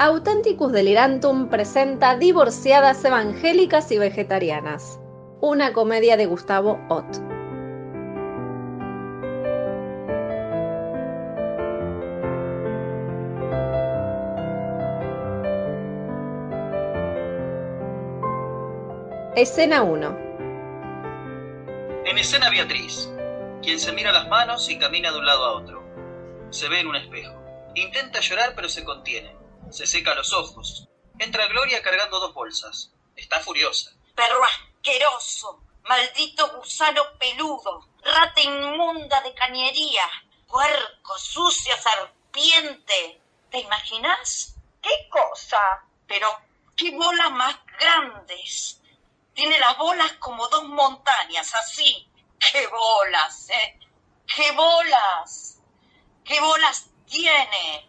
Authenticus Delirantum presenta Divorciadas Evangélicas y Vegetarianas, una comedia de Gustavo Ott. Escena 1. En escena Beatriz, quien se mira las manos y camina de un lado a otro. Se ve en un espejo. Intenta llorar pero se contiene. Se seca los ojos. Entra Gloria cargando dos bolsas. Está furiosa. perro asqueroso, maldito gusano peludo, rata inmunda de cañería, puerco, sucio, serpiente. ¿Te imaginas? ¿Qué cosa? Pero, ¿qué bolas más grandes? Tiene las bolas como dos montañas, así. ¡Qué bolas, eh! ¡Qué bolas! ¿Qué bolas tiene?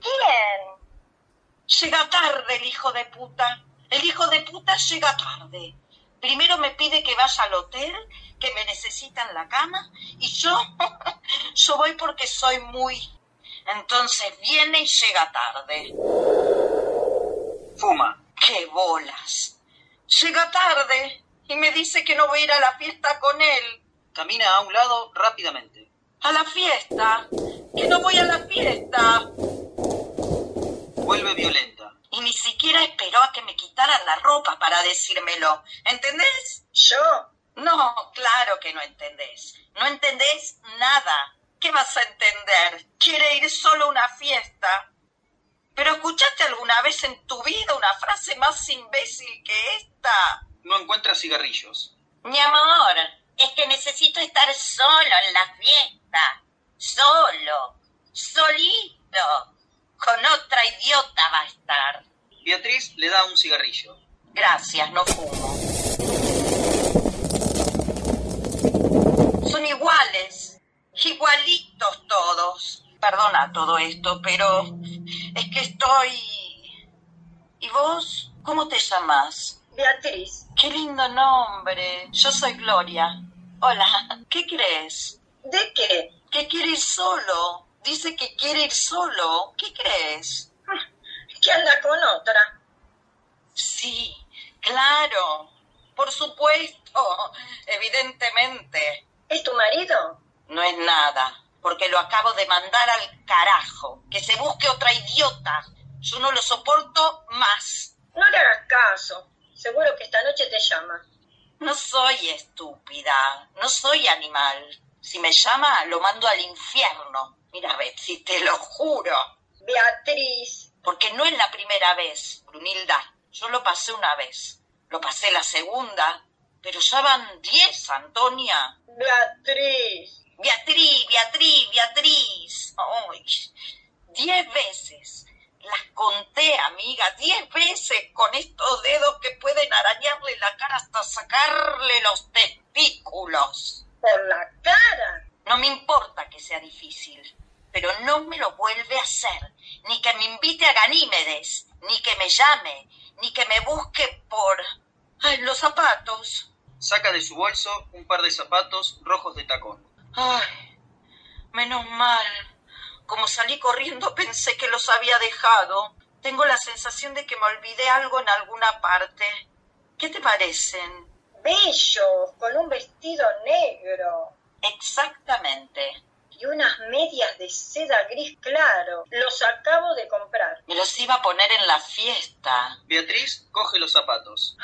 ¿Quién? Llega tarde el hijo de puta. El hijo de puta llega tarde. Primero me pide que vaya al hotel, que me necesita en la cama, y yo, yo voy porque soy muy. Entonces viene y llega tarde. Fuma. ¡Qué bolas! Llega tarde y me dice que no voy a ir a la fiesta con él. Camina a un lado rápidamente. ¡A la fiesta! ¡Que no voy a la fiesta! Vuelve violenta. Y ni siquiera esperó a que me quitaran la ropa para decírmelo. ¿Entendés? ¿Yo? No, claro que no entendés. No entendés nada. ¿Qué vas a entender? Quiere ir solo a una fiesta. ¿Pero escuchaste alguna vez en tu vida una frase más imbécil que esta? No encuentra cigarrillos. Mi amor, es que necesito estar solo en la fiesta. Solo. Solito. Con otra idiota va a estar. Beatriz le da un cigarrillo. Gracias, no fumo. Son iguales, igualitos todos. Perdona todo esto, pero es que estoy... ¿Y vos? ¿Cómo te llamas? Beatriz, Qué lindo nombre. Yo soy Gloria. Hola, ¿qué crees? ¿de qué? ¿Que quiere ir solo? Dice que quiere ir solo. ¿Qué crees? Ah, Que anda con otra. Sí, claro, por supuesto, evidentemente. ¿Es tu marido? No es nada, porque lo acabo de mandar al carajo. Que se busque otra idiota. Yo no lo soporto más. No le hagas caso. Seguro que esta noche te llama. No soy estúpida, no soy animal. Si me llama, lo mando al infierno. Mira, Betsy, te lo juro. Beatriz, Porque no es la primera vez, Brunilda. Yo lo pasé una vez. Lo pasé la segunda. Pero ya van diez, Antonia. Beatriz. Beatriz, Beatriz, Beatriz. Ay, diez veces. Las conté, amiga, diez veces con estos dedos que pueden arañarle la cara hasta sacarle los testículos. Por la cara. No me importa que sea difícil, pero no me lo vuelve a hacer. Ni que me invite a Ganímedes, ni que me llame, ni que me busque por... Ay, los zapatos. Saca de su bolso un par de zapatos rojos de tacón. Ay, menos mal. Como salí corriendo pensé que los había dejado. Tengo la sensación de que me olvidé algo en alguna parte. ¿Qué te parecen? Bello, con un vestido negro. Exactamente. Y unas medias de seda gris claro. Los acabo de comprar. Me los iba a poner en la fiesta. Beatriz coge los zapatos.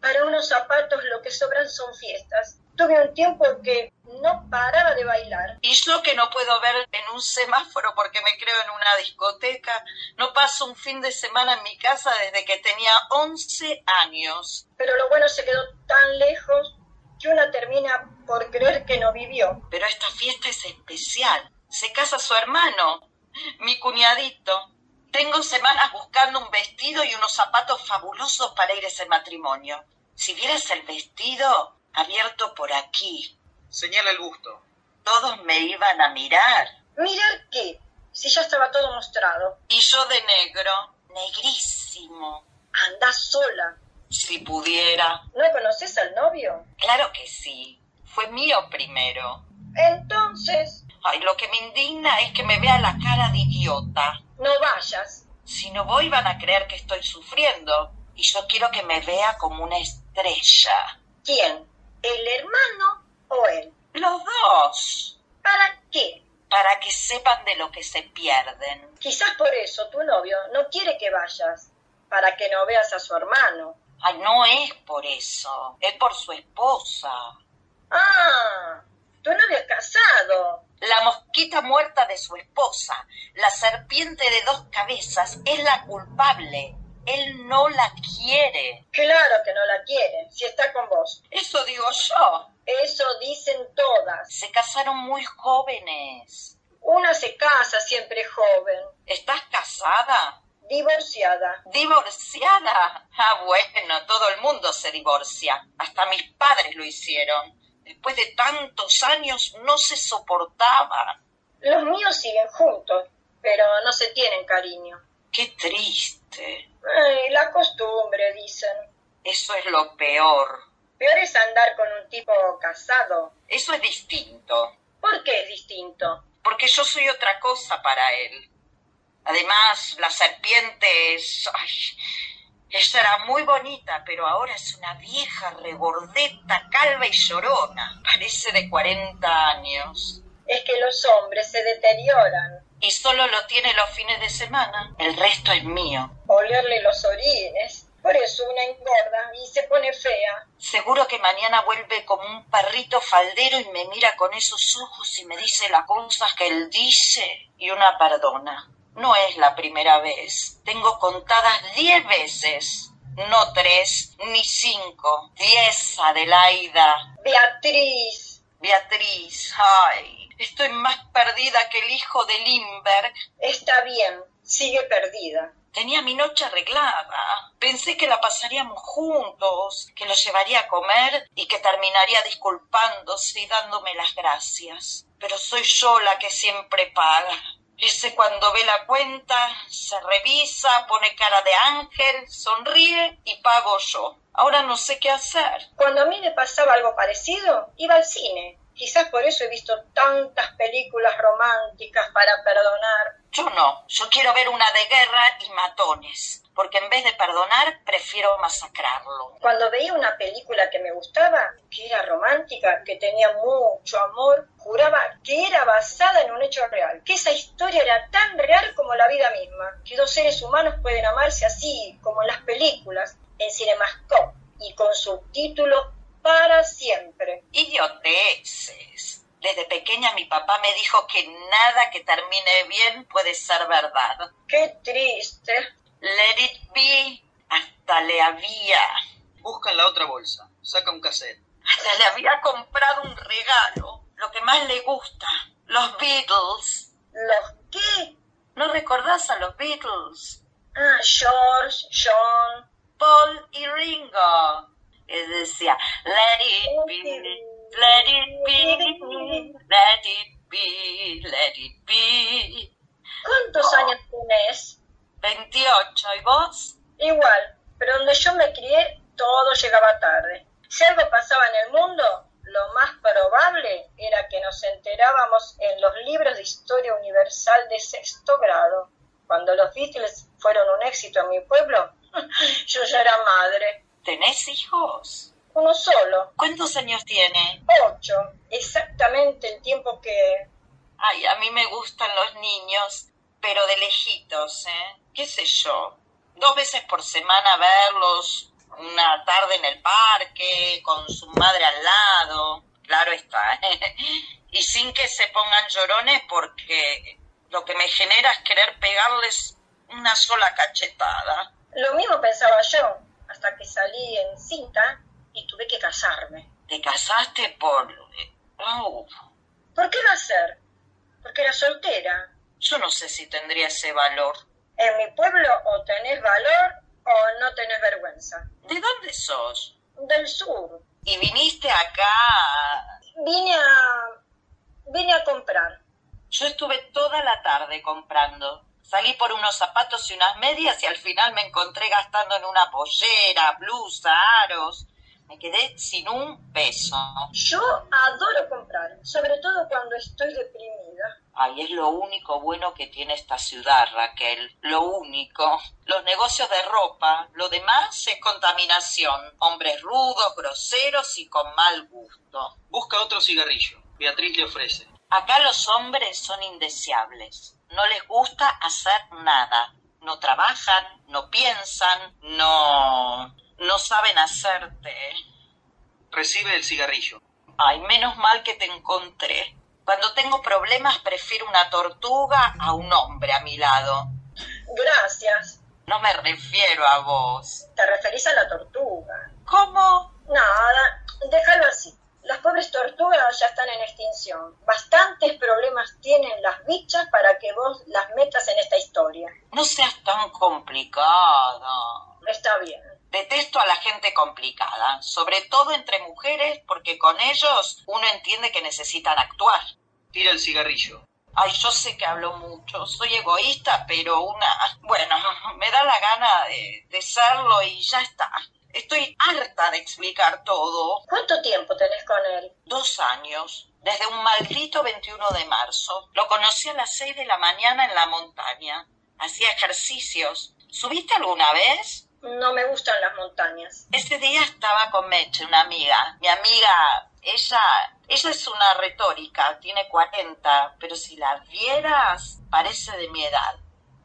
Para unos zapatos lo que sobran son fiestas. Tuve un tiempo que no paraba de bailar. Y yo que no puedo ver en un semáforo porque me creo en una discoteca, no paso un fin de semana en mi casa desde que tenía 11 años. Pero lo bueno se quedó tan lejos que una termina por creer que no vivió. Pero esta fiesta es especial. Se casa su hermano, mi cuñadito. Tengo semanas buscando un vestido y unos zapatos fabulosos para ir a ese matrimonio. Si vieras el vestido abierto por aquí, Señala el busto. todos me iban a mirar. Mirar qué, si ya estaba todo mostrado. Y yo de negro, negrísimo. Andá sola. Si pudiera. ¿No conoces al novio? Claro que sí. Fue mío primero. Entonces, Ay, lo que me indigna es que me vea la cara de idiota. no vayas. Si no voy van a creer que estoy sufriendo y yo quiero que me vea como una estrella. ¿Quién? ¿El hermano o él? Los dos. ¿Para qué? Para que sepan de lo que se pierden. Quizás por eso tu novio no quiere que vayas, para que no veas a su hermano. Ay, no es por eso. Es por su esposa. Ah, tu novio es casado. La mosquita muerta de su esposa, la serpiente de dos cabezas, es la culpable. Él no la quiere. Claro que no la quiere, si está con vos. Eso digo yo. Eso dicen todas. Se casaron muy jóvenes. Una se casa siempre joven, ¿Estás casada? divorciada. ¿Divorciada? Ah, bueno, todo el mundo se divorcia. Hasta mis padres lo hicieron. Después de tantos años no se soportaba. Los míos siguen juntos, pero no se tienen cariño. Qué triste. Ay, la costumbre, dicen. Eso es lo peor. Peor es andar con un tipo casado, Eso es distinto. porque es distinto. porque yo soy otra cosa para él. Además, la serpiente es... ay, esa era muy bonita, pero ahora es una vieja regordeta, calva y llorona. Parece de 40 años. Es que los hombres se deterioran. Y solo lo tiene los fines de semana. El resto es mío. Olerle los orines. Por eso una engorda y se pone fea. Seguro que mañana vuelve como un perrito faldero y me mira con esos ojos y me dice las cosas que él dice y una perdona. No es la primera vez. Tengo contadas diez veces. No tres, ni cinco. Diez, Adelaida. Beatriz, Beatriz. Ay, estoy más perdida que el hijo de Lindbergh. está bien, sigue perdida. Tenía mi noche arreglada. Pensé que la pasaríamos juntos, que lo llevaría a comer y que terminaría disculpándose y dándome las gracias. Pero soy yo la que siempre paga. Ese cuando ve la cuenta, se revisa, pone cara de ángel, sonríe y pago yo. Ahora no sé qué hacer. Cuando a mí me pasaba algo parecido, iba al cine. Quizás por eso he visto tantas películas románticas para perdonar. Yo no. Yo quiero ver una de guerra y matones, porque en vez de perdonar, prefiero masacrarlo. Cuando veía una película que me gustaba, que era romántica, que tenía mucho amor, juraba que era basada en un hecho real, que esa historia era tan real como la vida misma, que dos seres humanos pueden amarse así, como en las películas, en Cinemascope, y con subtítulo para siempre. Idioteces. Desde pequeña mi papá me dijo que nada que termine bien puede ser verdad. Qué triste. Let it be. Hasta le había. Busca en la otra bolsa, saca un cassette. Hasta le había comprado un regalo. Lo que más le gusta. Los Beatles. ¿Los qué? ¿No recordás a los Beatles? Ah, George, John. Paul y Ringo. Él decía, let it be, let it be, let it be, let it be. ¿Cuántos Oh. años tenés? 28. ¿Y vos? Igual, pero donde yo me crié todo llegaba tarde. Si algo pasaba en el mundo, lo más probable era que nos enterábamos en los libros de historia universal de sexto grado. Cuando los Beatles fueron un éxito en mi pueblo, yo ya era madre. ¿Tenés hijos? Uno solo, ¿Cuántos años tiene? ocho, exactamente el tiempo que... Ay, a mí me gustan los niños, pero de lejitos, ¿eh? ¿Qué sé yo? Dos veces por semana verlos, una tarde en el parque, con su madre al lado, claro está, ¿eh? Y sin que se pongan llorones porque lo que me genera es querer pegarles una sola cachetada. Lo mismo pensaba yo, hasta que salí en cinta y tuve que casarme. ¿Te casaste por...? Oh, ¿Por qué va a ser? Porque era soltera. yo no sé si tendría ese valor. En mi pueblo o tenés valor o no tenés vergüenza. ¿De dónde sos? Del sur. Y viniste acá. Vine a... Vine a comprar. Yo estuve toda la tarde comprando. Salí por unos zapatos y unas medias y al final me encontré gastando en una pollera, blusa, aros. Me quedé sin un peso. Yo adoro comprar, sobre todo cuando estoy deprimida. Ay, es lo único bueno que tiene esta ciudad, Raquel. Lo único. Los negocios de ropa, lo demás es contaminación. Hombres rudos, groseros y con mal gusto. Busca otro cigarrillo. Beatriz le ofrece. Acá los hombres son indeseables. No les gusta hacer nada. No trabajan, no piensan, no... no saben hacerte. Recibe el cigarrillo. Ay, menos mal que te encontré. Cuando tengo problemas prefiero una tortuga a un hombre a mi lado. Gracias. No me refiero a vos. Te referís a la tortuga. ¿Cómo? Nada, déjalo así. Las pobres tortugas ya están en extinción. Bastantes problemas tienen las bichas para que vos las metas en esta historia. No seas tan complicada. Está bien. Detesto a la gente complicada, sobre todo entre mujeres, porque con ellos uno entiende que necesitan actuar. Tira el cigarrillo. Ay, yo sé que hablo mucho, soy egoísta, pero una... Bueno, me da la gana de, de serlo y ya está. Estoy harta de explicar todo. ¿Cuánto tiempo tenés con él? Dos años. Desde un maldito 21 de marzo. Lo conocí a las seis de la mañana en la montaña. Hacía ejercicios. ¿Subiste alguna vez? No me gustan las montañas. Ese Este día estaba con Meche, una amiga. Mi amiga, ella, ella es una retórica, tiene 40, pero si la vieras, parece de mi edad.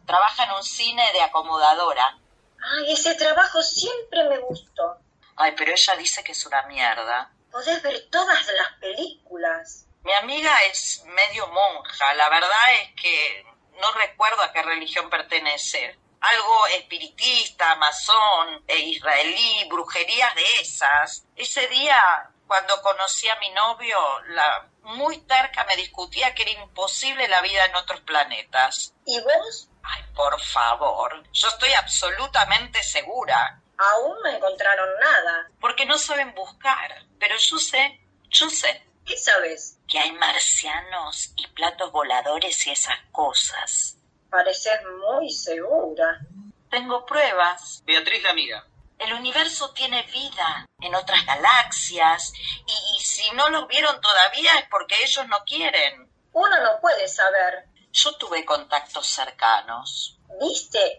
Trabaja en un cine de acomodadora. Ay, ese trabajo siempre me gustó. Ay, pero ella dice que es una mierda. Podés ver todas las películas. Mi amiga es medio monja, la verdad es que no recuerdo a qué religión pertenece algo espiritista, masón, e israelí, brujerías de esas. Ese día, cuando conocí a mi novio, la muy terca me discutía que era imposible la vida en otros planetas. ¿Y vos? Ay, por favor, yo estoy absolutamente segura. Aún no encontraron nada. Porque no saben buscar, pero yo sé, yo sé. ¿Qué sabes? Que hay marcianos y platos voladores y esas cosas pareces muy segura. Tengo pruebas. Beatriz la mira. El universo tiene vida en otras galaxias y, y, si no los vieron todavía es porque ellos no quieren. Uno no puede saber. Yo tuve contactos cercanos. ¿Viste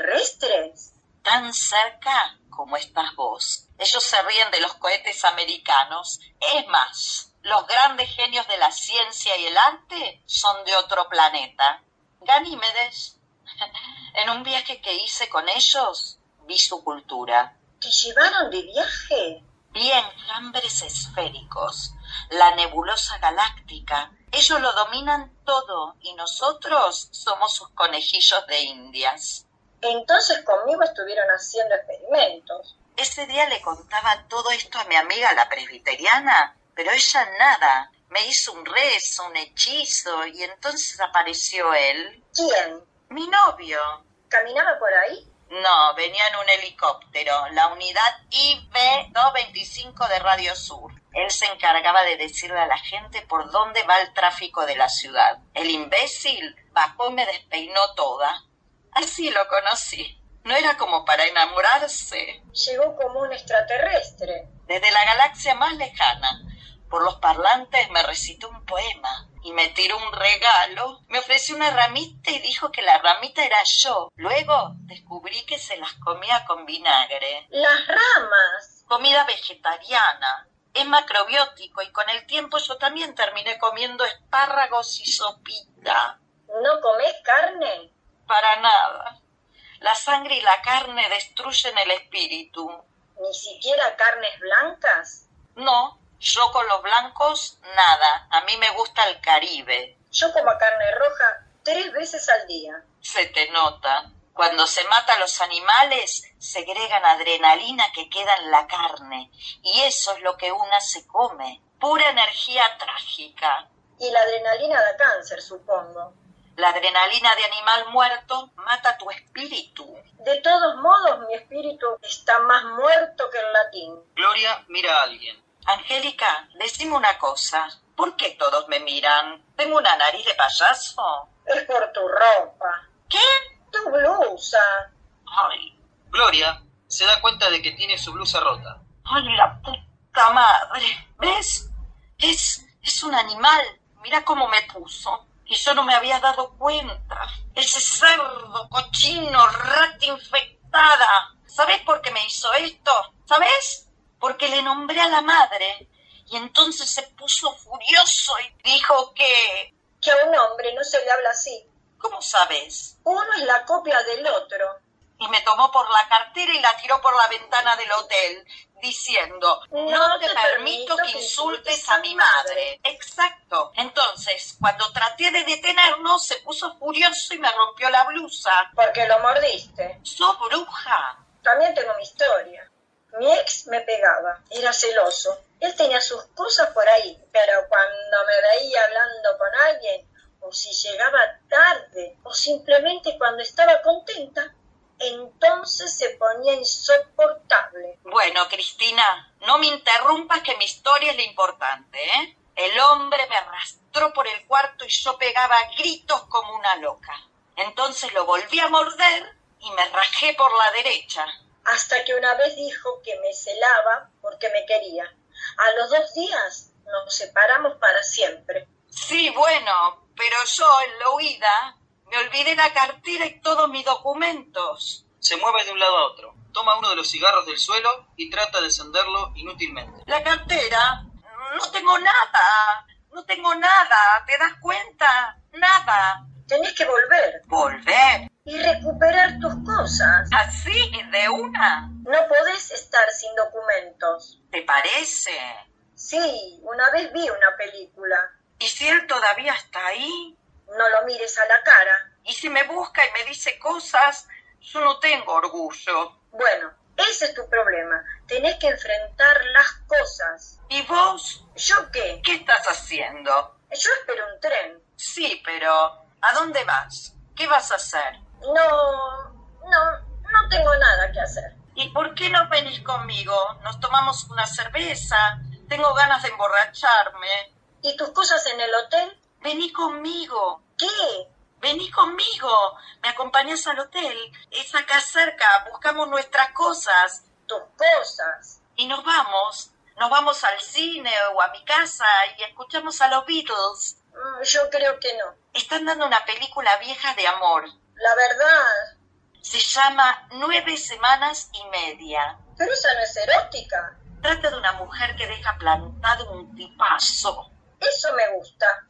extraterrestres? Tan cerca como estás vos. Ellos se ríen de los cohetes americanos. Es más, los grandes genios de la ciencia y el arte son de otro planeta. Ganímedes. En un viaje que hice con ellos, vi su cultura. ¿Te llevaron de viaje? Vi enjambres esféricos, la nebulosa galáctica. Ellos lo dominan todo y nosotros somos sus conejillos de indias. Entonces conmigo estuvieron haciendo experimentos. Ese día le contaba todo esto a mi amiga la presbiteriana, pero ella nada me hizo un rezo, un hechizo, y entonces apareció él. ¿Quién? Mi novio. ¿Caminaba por ahí? No, venía en un helicóptero, la unidad IB-225 de Radio Sur. Él se encargaba de decirle a la gente por dónde va el tráfico de la ciudad. El imbécil bajó y me despeinó toda. Así lo conocí. No era como para enamorarse. Llegó como un extraterrestre. Desde la galaxia más lejana por los parlantes me recitó un poema y me tiró un regalo, me ofreció una ramita y dijo que la ramita era yo. Luego descubrí que se las comía con vinagre. Las ramas. Comida vegetariana. Es macrobiótico y con el tiempo yo también terminé comiendo espárragos y sopita. ¿No comés carne? Para nada. La sangre y la carne destruyen el espíritu. ¿Ni siquiera carnes blancas? No, yo con los blancos, nada. A mí me gusta el Caribe. Yo como carne roja tres veces al día. Se te nota. Cuando se mata a los animales, segregan adrenalina que queda en la carne. Y eso es lo que una se come. Pura energía trágica. Y la adrenalina da cáncer, supongo. La adrenalina de animal muerto mata tu espíritu. De todos modos, mi espíritu está más muerto que el latín. Gloria mira a alguien. Angélica, decime una cosa. ¿Por qué todos me miran? ¿Tengo una nariz de payaso? Es por tu ropa. ¿Qué? Tu blusa. Ay. Gloria se da cuenta de que tiene su blusa rota. Ay, la puta madre. ¿Ves? Es, es un animal. Mira cómo me puso. Y yo no me había dado cuenta. Ese cerdo, cochino, rata infectada. ¿Sabés por qué me hizo esto? ¿Sabés? Porque le nombré a la madre. Y entonces se puso furioso y dijo que... Que a un hombre no se le habla así. ¿Cómo sabes? Uno es la copia del otro. Y me tomó por la cartera y la tiró por la ventana del hotel, diciendo, no, te, permito, que insultes a mi madre. Exacto. Entonces, cuando traté de detenerlo, se puso furioso y me rompió la blusa. Porque lo mordiste. ¡So bruja! También tengo mi historia. Mi ex me pegaba, era celoso. Él tenía sus cosas por ahí, pero cuando me veía hablando con alguien, o si llegaba tarde, o simplemente cuando estaba contenta, entonces se ponía insoportable. Bueno, Cristina, no me interrumpas que mi historia es lo importante, ¿eh? El hombre me arrastró por el cuarto y yo pegaba gritos como una loca. Entonces lo volví a morder y me rajé por la derecha. Hasta que una vez dijo que me celaba porque me quería. A los dos días nos separamos para siempre. Sí, bueno, pero yo en la huida me olvidé la cartera y todos mis documentos. Se mueve de un lado a otro, toma uno de los cigarros del suelo y trata de encenderlo inútilmente. La cartera, no tengo nada, no tengo nada, ¿te das cuenta? Nada. Tenés que volver Volver. y recuperar tus cosas. Así, de una. No podés estar sin documentos. ¿Te parece? Sí, una vez vi una película. ¿Y si él todavía está ahí? No lo mires a la cara. Y si me busca y me dice cosas, yo no tengo orgullo. Bueno, ese es tu problema. Tenés que enfrentar las cosas. ¿Y vos ¿Yo qué? qué estás haciendo? Yo espero un tren. Sí, pero ¿a dónde vas? ¿Qué vas a hacer? No, no, no tengo nada que hacer. ¿Y por qué no venís conmigo? Nos tomamos una cerveza. Tengo ganas de emborracharme. ¿Y tus cosas en el hotel? Vení conmigo. ¿Qué? Vení conmigo. Me acompañás al hotel. Es acá cerca. Buscamos nuestras cosas. Tus cosas. Y nos vamos. Nos vamos al cine o a mi casa y escuchamos a los Beatles. Mm, Yo creo que no. Están dando una película vieja de amor. La verdad. Se llama Nueve Semanas y Media. Pero esa no es erótica. Trata de una mujer que deja plantado un tipazo. Eso me gusta.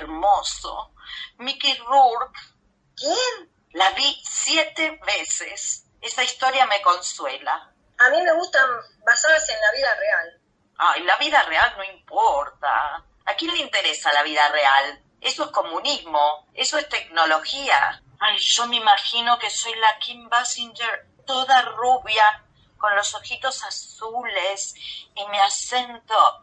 Hermoso. Mickey Rourke. ¿Quién? La vi siete veces. Esa historia me consuela. A mí me gustan basadas en la vida real. Ay, la vida real no importa. ¿A quién le interesa la vida real? Eso es comunismo, eso es tecnología. Ay, yo me imagino que soy la Kim Basinger, toda rubia, con los ojitos azules y mi acento.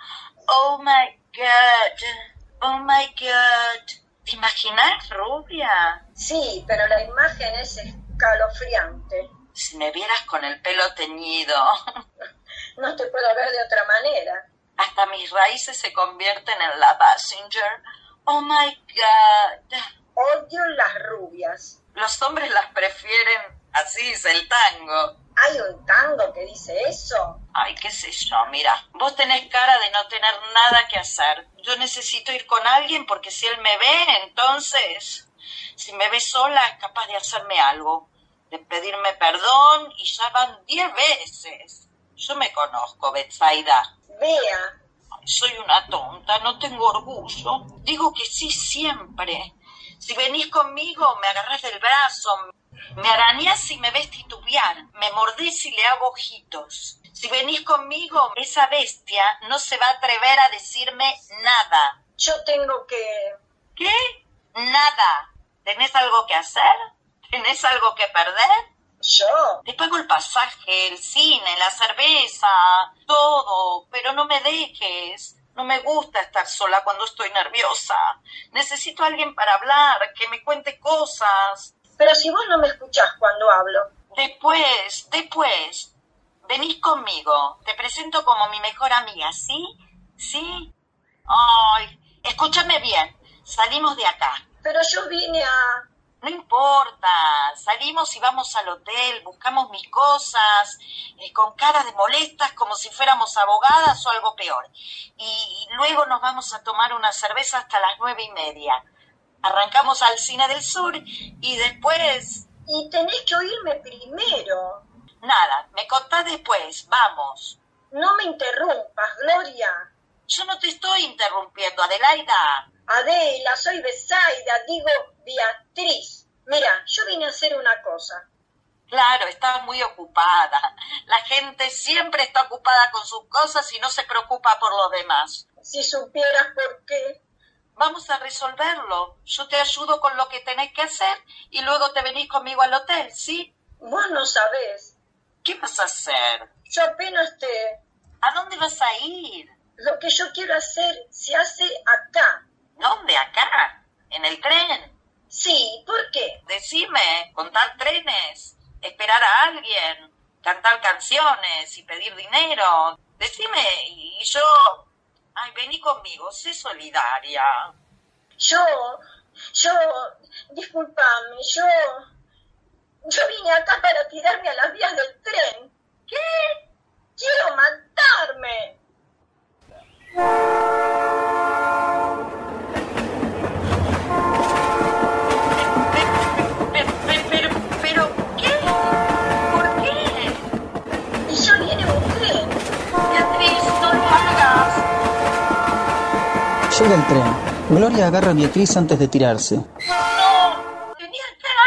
Oh my god, oh my god. ¿Te imaginas rubia? Sí, pero la imagen es escalofriante. Si me vieras con el pelo teñido, No te puedo ver de otra manera. hasta mis raíces se convierten en la Basinger. Oh my god. Odio las rubias. Los hombres las prefieren así, es el tango. ¿Hay un tango que dice eso? Ay, qué sé yo, mira, vos tenés cara de no tener nada que hacer. Yo necesito ir con alguien porque si él me ve, entonces, si me ve sola, es capaz de hacerme algo, de pedirme perdón y ya van diez veces. Yo me conozco, Betsaida. Vea, Soy una tonta, no tengo orgullo. Digo que sí siempre. Si venís conmigo, me agarrás del brazo, me arañás si me ves titubear, me mordés y le hago ojitos. Si venís conmigo, esa bestia no se va a atrever a decirme nada. yo tengo que... ¿Qué? Nada. ¿Tenés algo que hacer? ¿Tenés algo que perder? ¿Yo? Te pago el pasaje, el cine, la cerveza, todo, pero no me dejes. No me gusta estar sola cuando estoy nerviosa. Necesito a alguien para hablar, que me cuente cosas. Pero si vos no me escuchás cuando hablo. Después, después, venís conmigo. Te presento como mi mejor amiga, ¿sí? ¿Sí? Ay, escúchame bien. Salimos de acá. Pero yo vine a... No importa, salimos y vamos al hotel, buscamos mis cosas, eh, con caras de molestas como si fuéramos abogadas o algo peor. Y, y luego nos vamos a tomar una cerveza hasta las nueve y media. Arrancamos al cine del sur y después... Y tenés que oírme primero. Nada, me contás después, vamos. No me interrumpas, Gloria. Yo no te estoy interrumpiendo, Adelaida. Adela, soy Besaida, digo Beatriz. Mira, yo vine a hacer una cosa. Claro, está muy ocupada. La gente siempre está ocupada con sus cosas y no se preocupa por los demás. Si supieras por qué. Vamos a resolverlo. Yo te ayudo con lo que tenés que hacer y luego te venís conmigo al hotel, ¿sí? Vos no sabés. ¿Qué vas a hacer? Yo apenas te... ¿A dónde vas a ir? Lo que yo quiero hacer se hace acá. ¿Dónde? ¿Acá? ¿En el tren? Sí, ¿por qué? Decime, contar trenes, esperar a alguien, cantar canciones y pedir dinero. Decime, y yo... Ay, vení conmigo, sé solidaria. Yo, yo, disculpame, yo... Yo vine acá para tirarme a las vías del tren. ¿Qué? ¡Quiero matarme! Pero, pero, pero, ¿qué? ¿Por qué? Y yo viene un tren. Beatriz, no lo hagas. Llega el tren. Gloria agarra a Beatriz antes de tirarse. No, vení acá.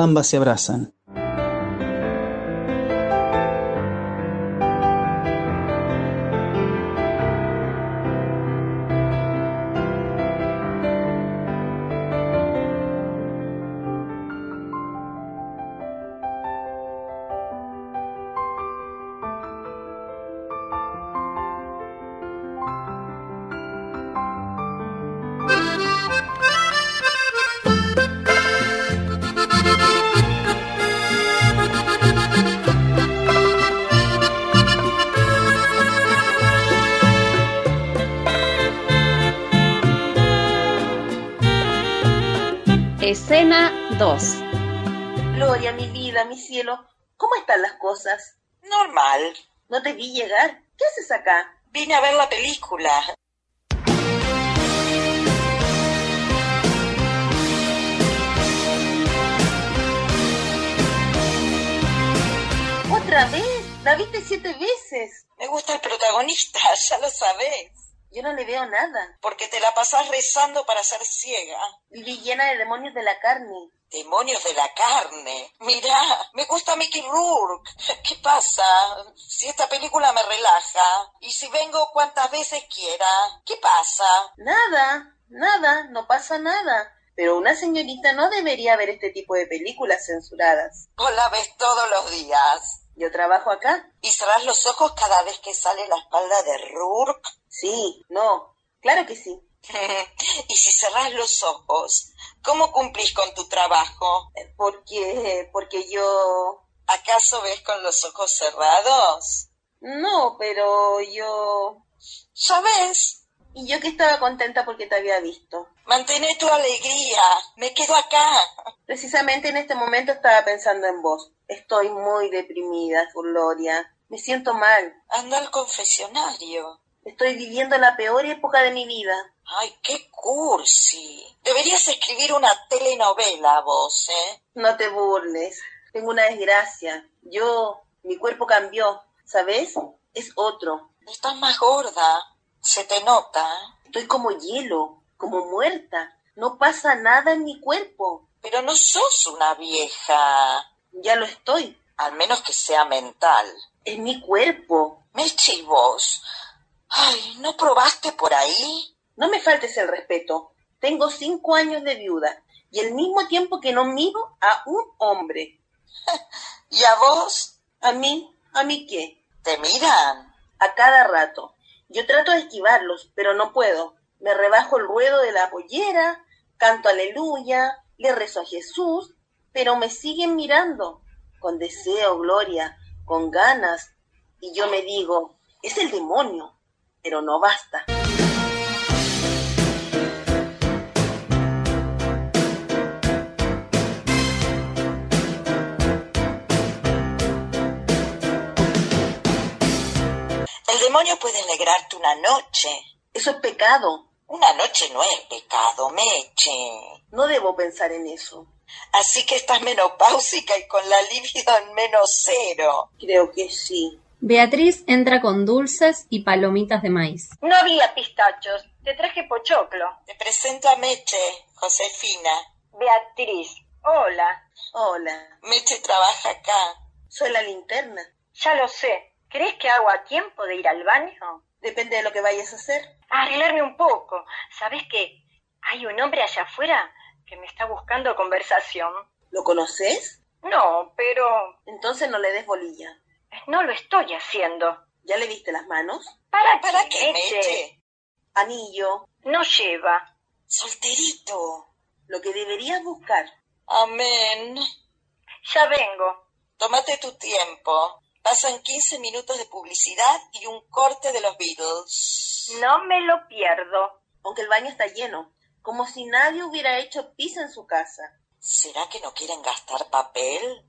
Ambas se abrazan. Escena 2. Gloria, mi vida, mi cielo, ¿cómo están las cosas? Normal. No te vi llegar. ¿Qué haces acá? Vine a ver la película. ¿Otra vez? La viste siete veces. Me gusta el protagonista, ya lo sabés. Yo no le veo nada. Porque te la pasás rezando para ser ciega. Viví llena de demonios de la carne. Demonios de la carne. Mirá, me gusta Mickey Rourke. ¿Qué pasa? Si esta película me relaja. Y si vengo cuantas veces quiera. ¿Qué pasa? Nada, nada, no pasa nada. Pero una señorita no debería ver este tipo de películas censuradas. Vos la ves todos los días. Yo trabajo acá. Y cerrás los ojos cada vez que sale la espalda de Rourke. Sí, no, claro que sí. y si cerrás los ojos, ¿cómo cumplís con tu trabajo? Porque, porque yo... ¿Acaso ves con los ojos cerrados? No, pero yo... Ya ves, Y yo que estaba contenta porque te había visto. mantené tu alegría. Me quedo acá. Precisamente en este momento estaba pensando en vos. Estoy muy deprimida, Gloria. Me siento mal. Anda al confesionario. Estoy viviendo la peor época de mi vida. Ay, qué cursi. Deberías escribir una telenovela vos, ¿eh? No te burles. Tengo una desgracia. Yo, mi cuerpo cambió. ¿Sabes? Es otro. Estás más gorda. Se te nota. ¿eh? Estoy como hielo, como muerta. No pasa nada en mi cuerpo. Pero no sos una vieja. Ya lo estoy. Al menos que sea mental. Es mi cuerpo. Mechi, vos. Ay, ¿no probaste por ahí? No me faltes el respeto. Tengo cinco años de viuda y el mismo tiempo que no miro a un hombre. ¿Y a vos? ¿A mí? ¿A mí qué? ¿Te miran? A cada rato. Yo trato de esquivarlos, pero no puedo. Me rebajo el ruedo de la pollera, canto aleluya, le rezo a Jesús, pero me siguen mirando. Con deseo, gloria, con ganas. Y yo me digo, es el demonio, pero no basta. El demonio puede alegrarte una noche. pues, Eso es pecado. Una noche no es pecado, Meche. No debo pensar en eso. Así que estás menopáusica y con la libido en menos cero. Creo que sí. Beatriz entra con dulces y palomitas de maíz. No había pistachos, te traje pochoclo. Te presento a Meche, Josefina. Beatriz, hola, Hola, Meche trabaja acá. soy la linterna. ya lo sé. ¿Crees que hago a tiempo de ir al baño? Depende de lo que vayas a hacer. A arreglarme un poco. ¿Sabes qué? Hay un hombre allá afuera que me está buscando conversación. ¿Lo conoces? No, pero Entonces no le des bolilla. no lo estoy haciendo. ¿Ya le viste las manos? ¿Para, ¿Para qué, Meche? Meche? Anillo. No lleva. Solterito. Lo que deberías buscar. Amén. Ya vengo. Tómate tu tiempo. Pasan 15 minutos de publicidad y un corte de los Beatles. No me lo pierdo. Aunque el baño está lleno. Como si nadie hubiera hecho pis en su casa. ¿Será que no quieren gastar papel?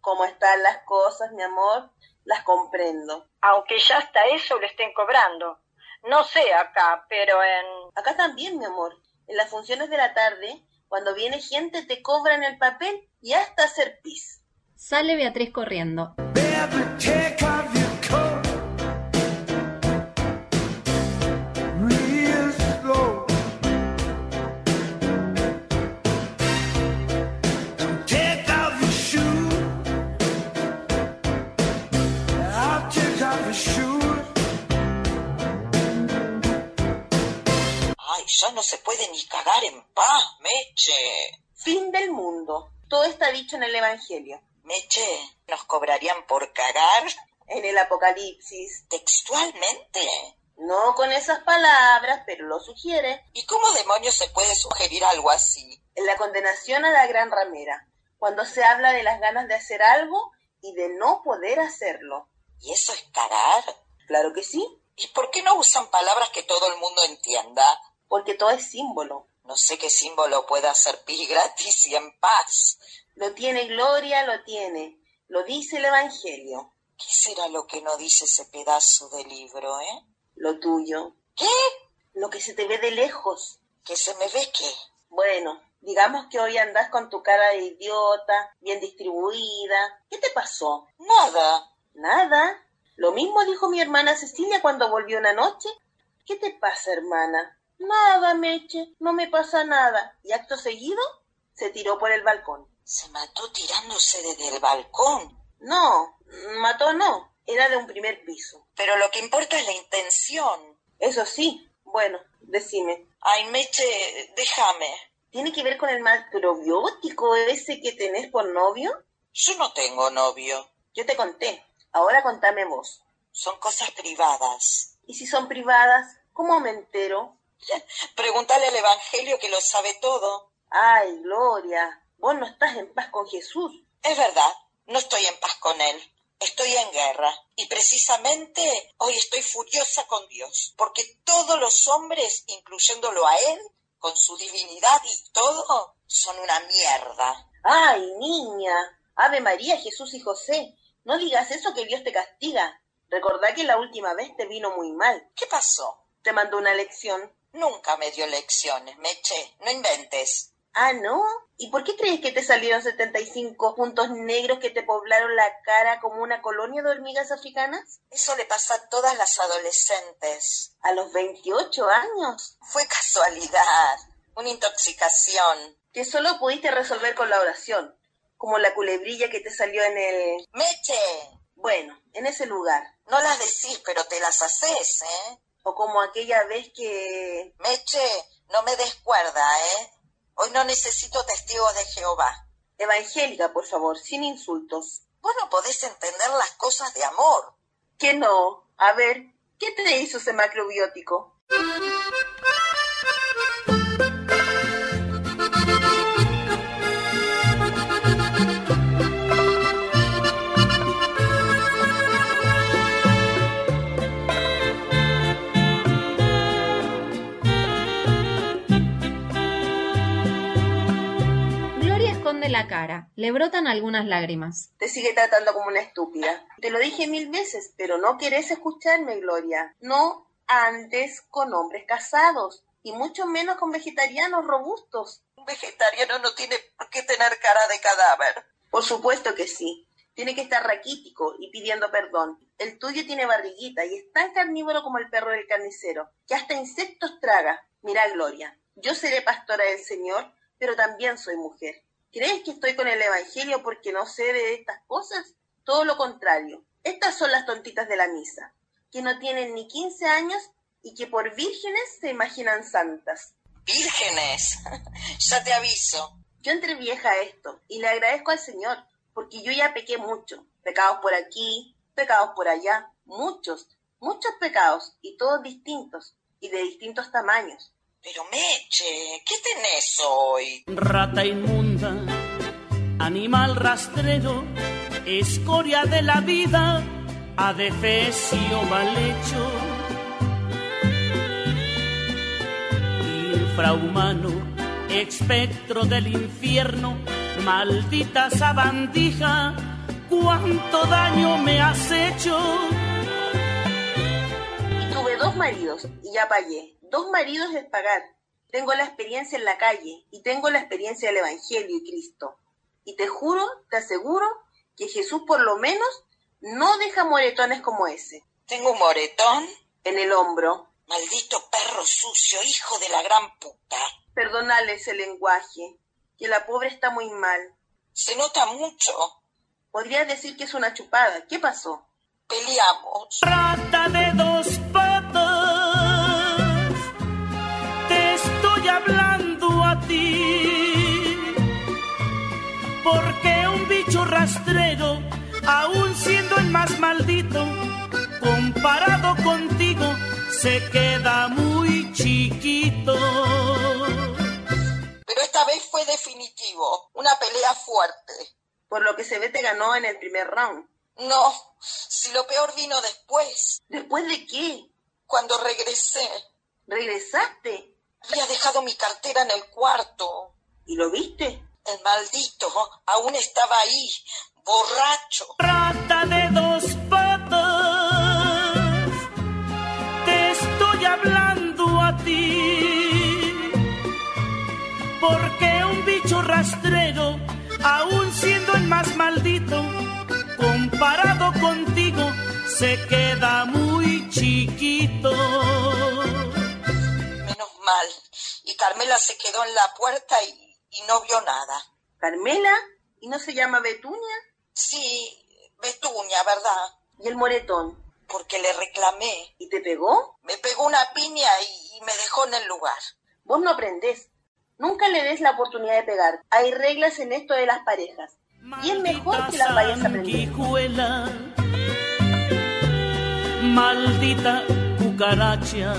¿Cómo están las cosas, mi amor? Las comprendo. Aunque ya hasta eso lo estén cobrando. No sé acá, pero en... Acá también, mi amor. En las funciones de la tarde, cuando viene gente, te cobran el papel y hasta hacer pis. Sale Beatriz corriendo. Ay, ya no se puede ni cagar en paz, Meche. Fin del mundo. Todo está dicho en el Evangelio. Meche, ¿nos cobrarían por cagar? En el Apocalipsis. ¿Textualmente? No con esas palabras, pero lo sugiere. ¿Y cómo demonios se puede sugerir algo así? En la condenación a la gran ramera. Cuando se habla de las ganas de hacer algo y de no poder hacerlo. ¿Y eso es cagar? Claro que sí, ¿Y por qué no usan palabras que todo el mundo entienda? porque todo es símbolo. No sé qué símbolo puede hacer pis gratis y en paz. Lo tiene gloria, lo tiene. Lo dice el Evangelio. ¿Qué será lo que no dice ese pedazo de libro, eh? Lo tuyo. ¿Qué? Lo que se te ve de lejos. ¿Que se me ve qué? Bueno, digamos que hoy andás con tu cara de idiota, bien distribuida. ¿Qué te pasó? Nada. Nada. Lo mismo dijo mi hermana Cecilia cuando volvió una noche. ¿Qué te pasa, hermana? Nada, Meche, no me pasa nada. Y acto seguido, se tiró por el balcón. Se mató tirándose desde el balcón. No, mató no, era de un primer piso. Pero lo que importa es la intención. Eso sí, bueno, decime, Ay, Meche, déjame. ¿tiene que ver con el mal probiótico ese que tenés por novio? Yo no tengo novio. Yo te conté, ahora contame vos. Son cosas privadas. ¿Y si son privadas? ¿Cómo me entero? Pregúntale al Evangelio que lo sabe todo. Ay, Gloria, vos no estás en paz con Jesús. Es verdad, no estoy en paz con él. Estoy en guerra. Y precisamente hoy estoy furiosa con Dios. Porque todos los hombres, incluyéndolo a él, con su divinidad y todo, son una mierda. Ay, niña, Ave María, Jesús y José, no digas eso que Dios te castiga. Recordá que la última vez te vino muy mal, ¿Qué pasó? te mandó una lección. Nunca me dio lecciones, Meche. No inventes. Ah, ¿no? ¿Y por qué crees que te salieron 75 puntos negros que te poblaron la cara como una colonia de hormigas africanas? Eso le pasa a todas las adolescentes. A los 28 años, Fue casualidad, una intoxicación. que solo pudiste resolver con la oración, como la culebrilla que te salió en el... Meche, Bueno, en ese lugar, no las decís, pero te las haces, ¿eh? o como aquella vez que... Meche, no me descuerda, ¿eh? Hoy no necesito testigos de Jehová. Evangélica, por favor, sin insultos. Vos no podés entender las cosas de amor. Que no. A ver, ¿qué te hizo ese macrobiótico? Gloria esconde la cara. Le brotan algunas lágrimas. Te sigue tratando como una estúpida. Te lo dije mil veces, pero no querés escucharme, Gloria. No andes con hombres casados. y mucho menos con vegetarianos robustos. Un vegetariano no tiene por qué tener cara de cadáver. Por supuesto que sí. Tiene que estar raquítico y pidiendo perdón. El tuyo tiene barriguita y es tan carnívoro como el perro del carnicero, que hasta insectos traga. Mira, Gloria, yo seré pastora del Señor, pero también soy mujer. ¿Crees que estoy con el Evangelio porque no sé de estas cosas? Todo lo contrario. Estas son las tontitas de la misa, que no tienen ni 15 años y que por vírgenes se imaginan santas. Vírgenes, ya te aviso. Yo entré vieja a esto y le agradezco al Señor, porque yo ya pequé mucho. Pecados por aquí, pecados por allá, muchos, muchos pecados y todos distintos y de distintos tamaños. Pero Meche, ¿qué tenés hoy? Rata inmunda, animal rastrero, escoria de la vida, adefesio mal hecho. Infrahumano, espectro del infierno, maldita sabandija, cuánto daño me has hecho. Y tuve dos maridos y ya pagué dos maridos es pagar. Tengo la experiencia en la calle y tengo la experiencia del Evangelio y Cristo. Y te juro, te aseguro, que Jesús por lo menos no deja moretones como ese. Tengo un moretón en el hombro. Maldito perro sucio, hijo de la gran puta. Perdónale ese lenguaje, que la pobre está muy mal. Se nota mucho. Podrías decir que es una chupada. ¿Qué pasó? Peleamos. Rata de dos patas hablando a ti. Porque un bicho rastrero, aún siendo el más maldito, comparado contigo, se queda muy chiquito. Pero esta vez fue definitivo, una pelea fuerte. Por lo que se ve te ganó en el primer round. No, si lo peor vino después. ¿Después de qué? Cuando regresé. ¿Regresaste? Había dejado mi cartera en el cuarto. ¿Y lo viste? El maldito aún estaba ahí, borracho. Rata de dos patas, te estoy hablando a ti. Porque un bicho rastrero, aún siendo el más maldito, comparado contigo, se queda muy chiquito mal. Y Carmela se quedó en la puerta y, y, no vio nada. ¿Carmela? ¿Y no se llama Betuña? Sí, Betuña, ¿verdad? ¿Y el moretón? Porque le reclamé. ¿Y te pegó? Me pegó una piña y, y me dejó en el lugar. Vos no aprendés. Nunca le des la oportunidad de pegar. Hay reglas en esto de las parejas. Y es mejor que las vayas sanguijuela, Maldita cucaracha.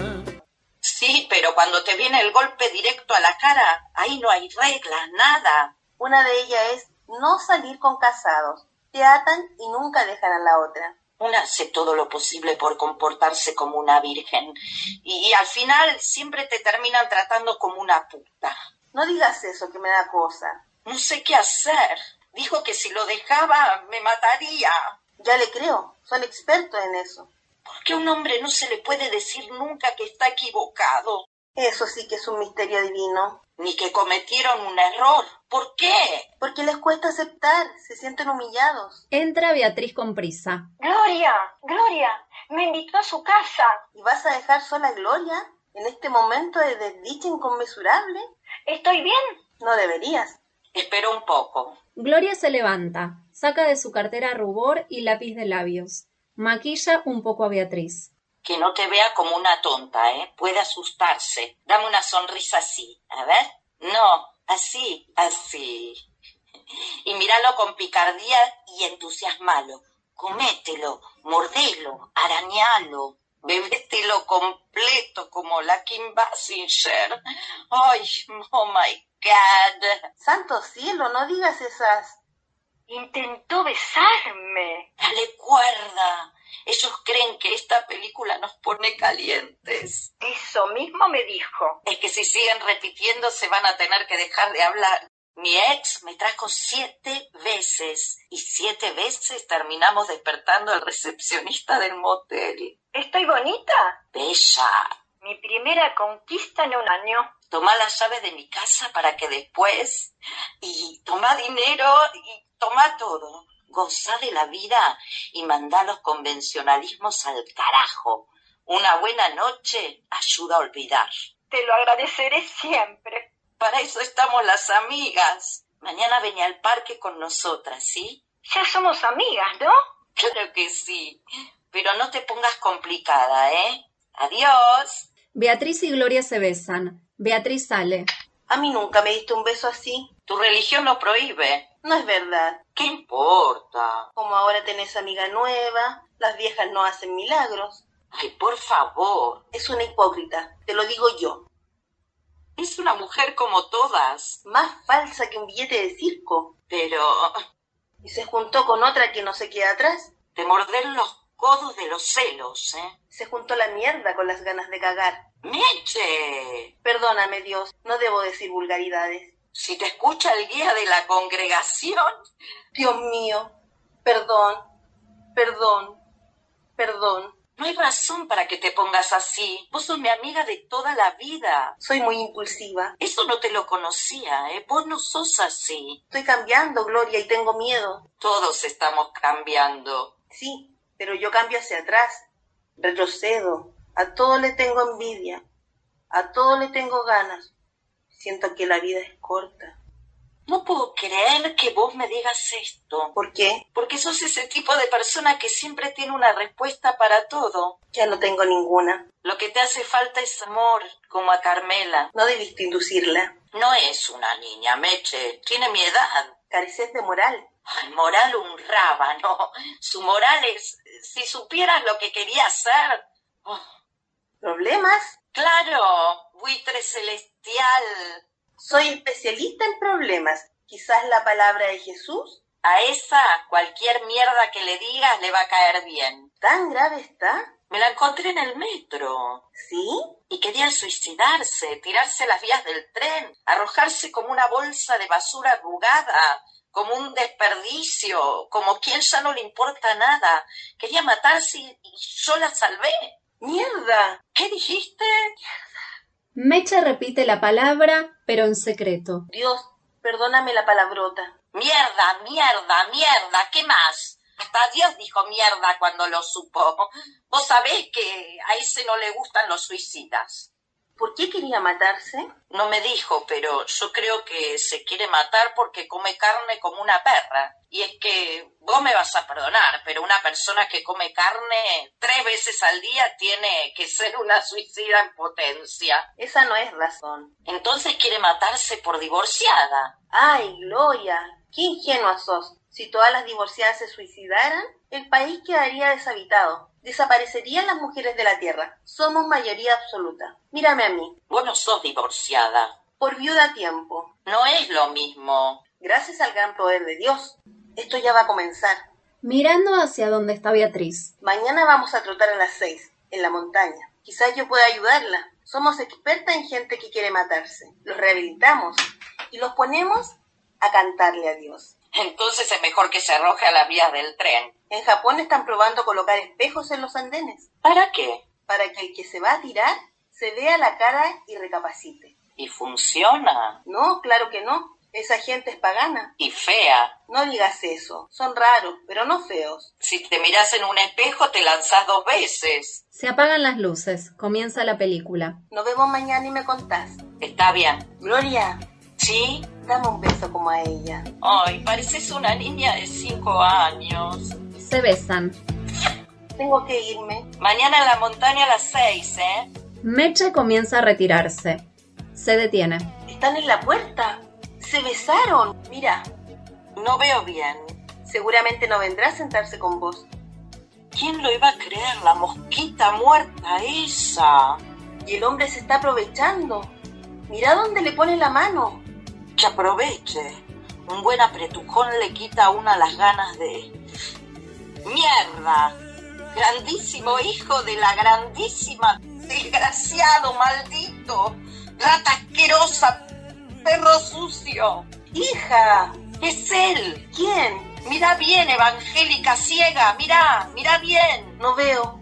Sí, pero cuando te viene el golpe directo a la cara, ahí no hay reglas, nada. Una de ellas es no salir con casados. Te atan y nunca dejan a la otra. Una hace todo lo posible por comportarse como una virgen y, y al final siempre te terminan tratando como una puta. No digas eso, que me da cosa. No sé qué hacer. Dijo que si lo dejaba me mataría. Ya le creo, son expertos en eso. ¿Por qué a un hombre no se le puede decir nunca que está equivocado? Eso sí que es un misterio divino. Ni que cometieron un error. ¿Por qué? Porque les cuesta aceptar, se sienten humillados. Entra Beatriz con prisa. Gloria, Gloria, me invitó a su casa. ¿Y vas a dejar sola a Gloria en este momento de desdicha inconmensurable? ¿Estoy bien? No deberías. Espero un poco. Gloria se levanta, saca de su cartera rubor y lápiz de labios. Maquilla un poco a Beatriz. Que no te vea como una tonta, ¿eh? Puede asustarse. Dame una sonrisa así. A ver. No, así, así. Y míralo con picardía y entusiasmalo. Comételo, mordelo, arañalo. Bebételo completo como la Kim Basinger. ¡Ay, oh my God! Santo cielo, no digas esas Intentó besarme. Dale cuerda. Ellos creen que esta película nos pone calientes. Eso mismo me dijo. Es que si siguen repitiendo se van a tener que dejar de hablar. Mi ex me trajo siete veces y siete veces terminamos despertando al recepcionista del motel. ¿Estoy bonita? Bella. Mi primera conquista en un año. Tomá las llaves de mi casa para que después... Y tomá dinero y tomá todo. Gozá de la vida y mandá los convencionalismos al carajo. Una buena noche ayuda a olvidar. Te lo agradeceré siempre. Para eso estamos las amigas. Mañana vení al parque con nosotras, ¿sí? Ya somos amigas, ¿no? Claro que sí. Pero no te pongas complicada, ¿eh? Adiós. Beatriz y Gloria se besan. Beatriz sale. A mí nunca me diste un beso así. Tu religión lo prohíbe. No es verdad. ¿Qué importa? Como ahora tenés amiga nueva, las viejas no hacen milagros. Ay, por favor. Es una hipócrita, te lo digo yo. Es una mujer como todas, Más falsa que un billete de circo. pero Y se juntó con otra que no se queda atrás. te morden los codos de los celos, ¿eh? Se juntó la mierda con las ganas de cagar. ¡Meche! Perdóname, Dios, no debo decir vulgaridades. Si te escucha el guía de la congregación, Dios mío, perdón, perdón, perdón. no hay razón para que te pongas así. Vos sos mi amiga de toda la vida. Soy muy impulsiva. Eso no te lo conocía, ¿eh? Vos no sos así. Estoy cambiando, Gloria, y tengo miedo. Todos estamos cambiando. Sí, pero yo cambio hacia atrás, retrocedo, a todo le tengo envidia, a todo le tengo ganas. Siento que la vida es corta. No puedo creer que vos me digas esto, ¿Por qué? porque sos ese tipo de persona que siempre tiene una respuesta para todo. Ya no tengo ninguna. Lo que te hace falta es amor, como a Carmela. No debiste inducirla. No es una niña, Meche, tiene mi edad. Careces de moral. Ay, moral un rábano. Su moral es, si supieras lo que quería hacer. Oh, ¿Problemas? claro, buitre celestial. Soy especialista en problemas. Quizás la palabra de Jesús A esa cualquier mierda que le digas le va a caer bien. tan grave está. Me la encontré en el metro. ¿Sí? y querían suicidarse, tirarse a las vías del tren, arrojarse como una bolsa de basura arrugada, como un desperdicio, como quien ya no le importa nada. Quería matarse y y yo la salvé. ¡Mierda! ¿Qué dijiste? Mecha repite la palabra, pero en secreto. Dios, perdóname la palabrota. Mierda, mierda, mierda, ¿qué más? Hasta Dios dijo mierda cuando lo supo. Vos sabés que a ese no le gustan los suicidas. ¿Por qué quería matarse? No me dijo, pero yo creo que se quiere matar porque come carne como una perra. Y es que vos me vas a perdonar, pero una persona que come carne tres veces al día tiene que ser una suicida en potencia. Esa no es razón. Entonces quiere matarse por divorciada. ¡Ay, Gloria! ¡Qué ingenua sos! Si todas las divorciadas se suicidaran, el país quedaría deshabitado. Desaparecerían las mujeres de la tierra. Somos mayoría absoluta. Mírame a mí. Vos no sos divorciada. Por viuda a tiempo. No es lo mismo. Gracias al gran poder de Dios. Esto ya va a comenzar. Mirando hacia donde está Beatriz, Mañana vamos a trotar a las seis, en la montaña. Quizás yo pueda ayudarla. Somos expertas en gente que quiere matarse. Los rehabilitamos y los ponemos a cantarle a Dios. Entonces es mejor que se arroje a las vías del tren. En Japón están probando colocar espejos en los andenes ¿Para qué? para que el que se va a tirar se vea la cara y recapacite. Y funciona. No, claro que no. Esa gente es pagana. Y fea. No digas eso. Son raros, pero no feos. Si te miras en un espejo te lanzás dos veces. se apagan las luces, comienza la película. Nos vemos mañana y me contás. Está bien. Gloria, ¿Sí? dame un beso como a ella. Ay, pareces una niña de cinco años. Se besan. Tengo que irme. Mañana en la montaña a las seis, ¿eh? Mecha comienza a retirarse. Se detiene. Están en la puerta. Se besaron. Mira, No veo bien. seguramente no vendrá a sentarse con vos. ¿Quién lo iba a creer? La mosquita muerta esa. Y el hombre se está aprovechando. Mira dónde le pone la mano. Que aproveche. Un buen apretujón le quita a una las ganas de... ¡Mierda! Grandísimo hijo de la grandísima... Desgraciado, maldito. Rata asquerosa. Perro sucio. ¡Hija! Es él. ¿Quién? Mira bien, evangélica ciega. Mira, mira bien. No veo.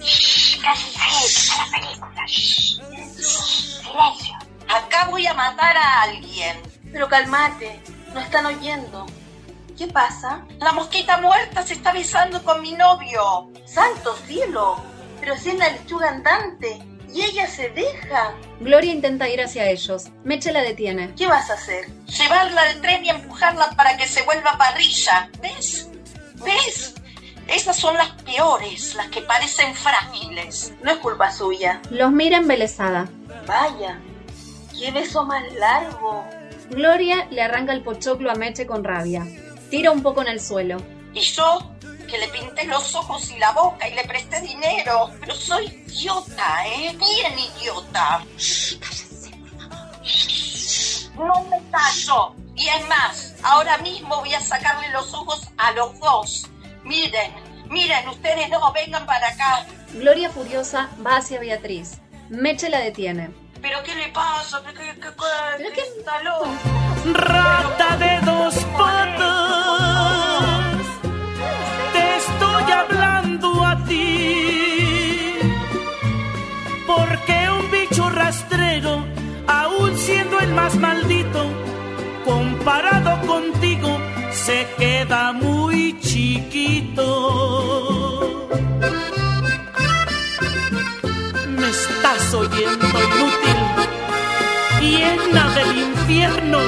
Shh, casi se la película. Shh. Shh, silencio. Acá voy a matar a alguien. Pero calmate, no están oyendo. ¿Qué pasa? La mosquita muerta se está besando con mi novio. ¡Santo cielo! Pero si es la lechuga andante y ella se deja. Gloria intenta ir hacia ellos. Meche la detiene. ¿Qué vas a hacer? Llevarla al tren y empujarla para que se vuelva parrilla. ¿Ves? ¿Ves? Esas son las peores, las que parecen frágiles. No es culpa suya. Los mira embelesada. Vaya, qué beso más largo. Gloria le arranca el pochoclo a Meche con rabia. Tira un poco en el suelo. Y yo, que le pinté los ojos y la boca y le presté dinero. Pero soy idiota, ¿eh? Bien idiota. Shh, cállense, por favor. No me callo. Y es más, ahora mismo voy a sacarle los ojos a los dos. Miren, miren, ustedes no, vengan para acá. Gloria furiosa va hacia Beatriz. Meche la detiene. ¿Pero qué le pasa? ¿Pero qué, qué, qué, ¿Pero qué? está loco? Rata de dos patas, te estoy hablando a ti. Porque un bicho rastrero, aún siendo el más maldito, comparado contigo, se queda muy chiquito. Me estás oyendo inútil llena del infierno.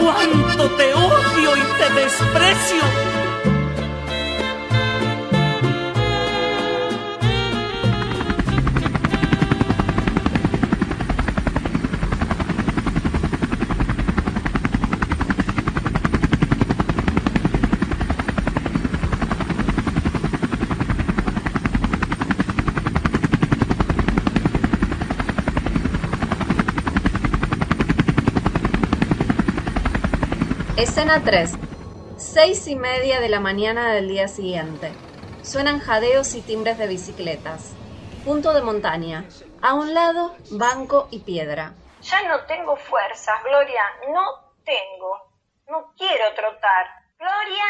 Cuánto te odio y te desprecio. Escena 3. Seis y media de la mañana del día siguiente. Suenan jadeos y timbres de bicicletas. Punto de montaña. A un lado, banco y piedra. Ya no tengo fuerzas, Gloria, no tengo. No quiero trotar. Gloria.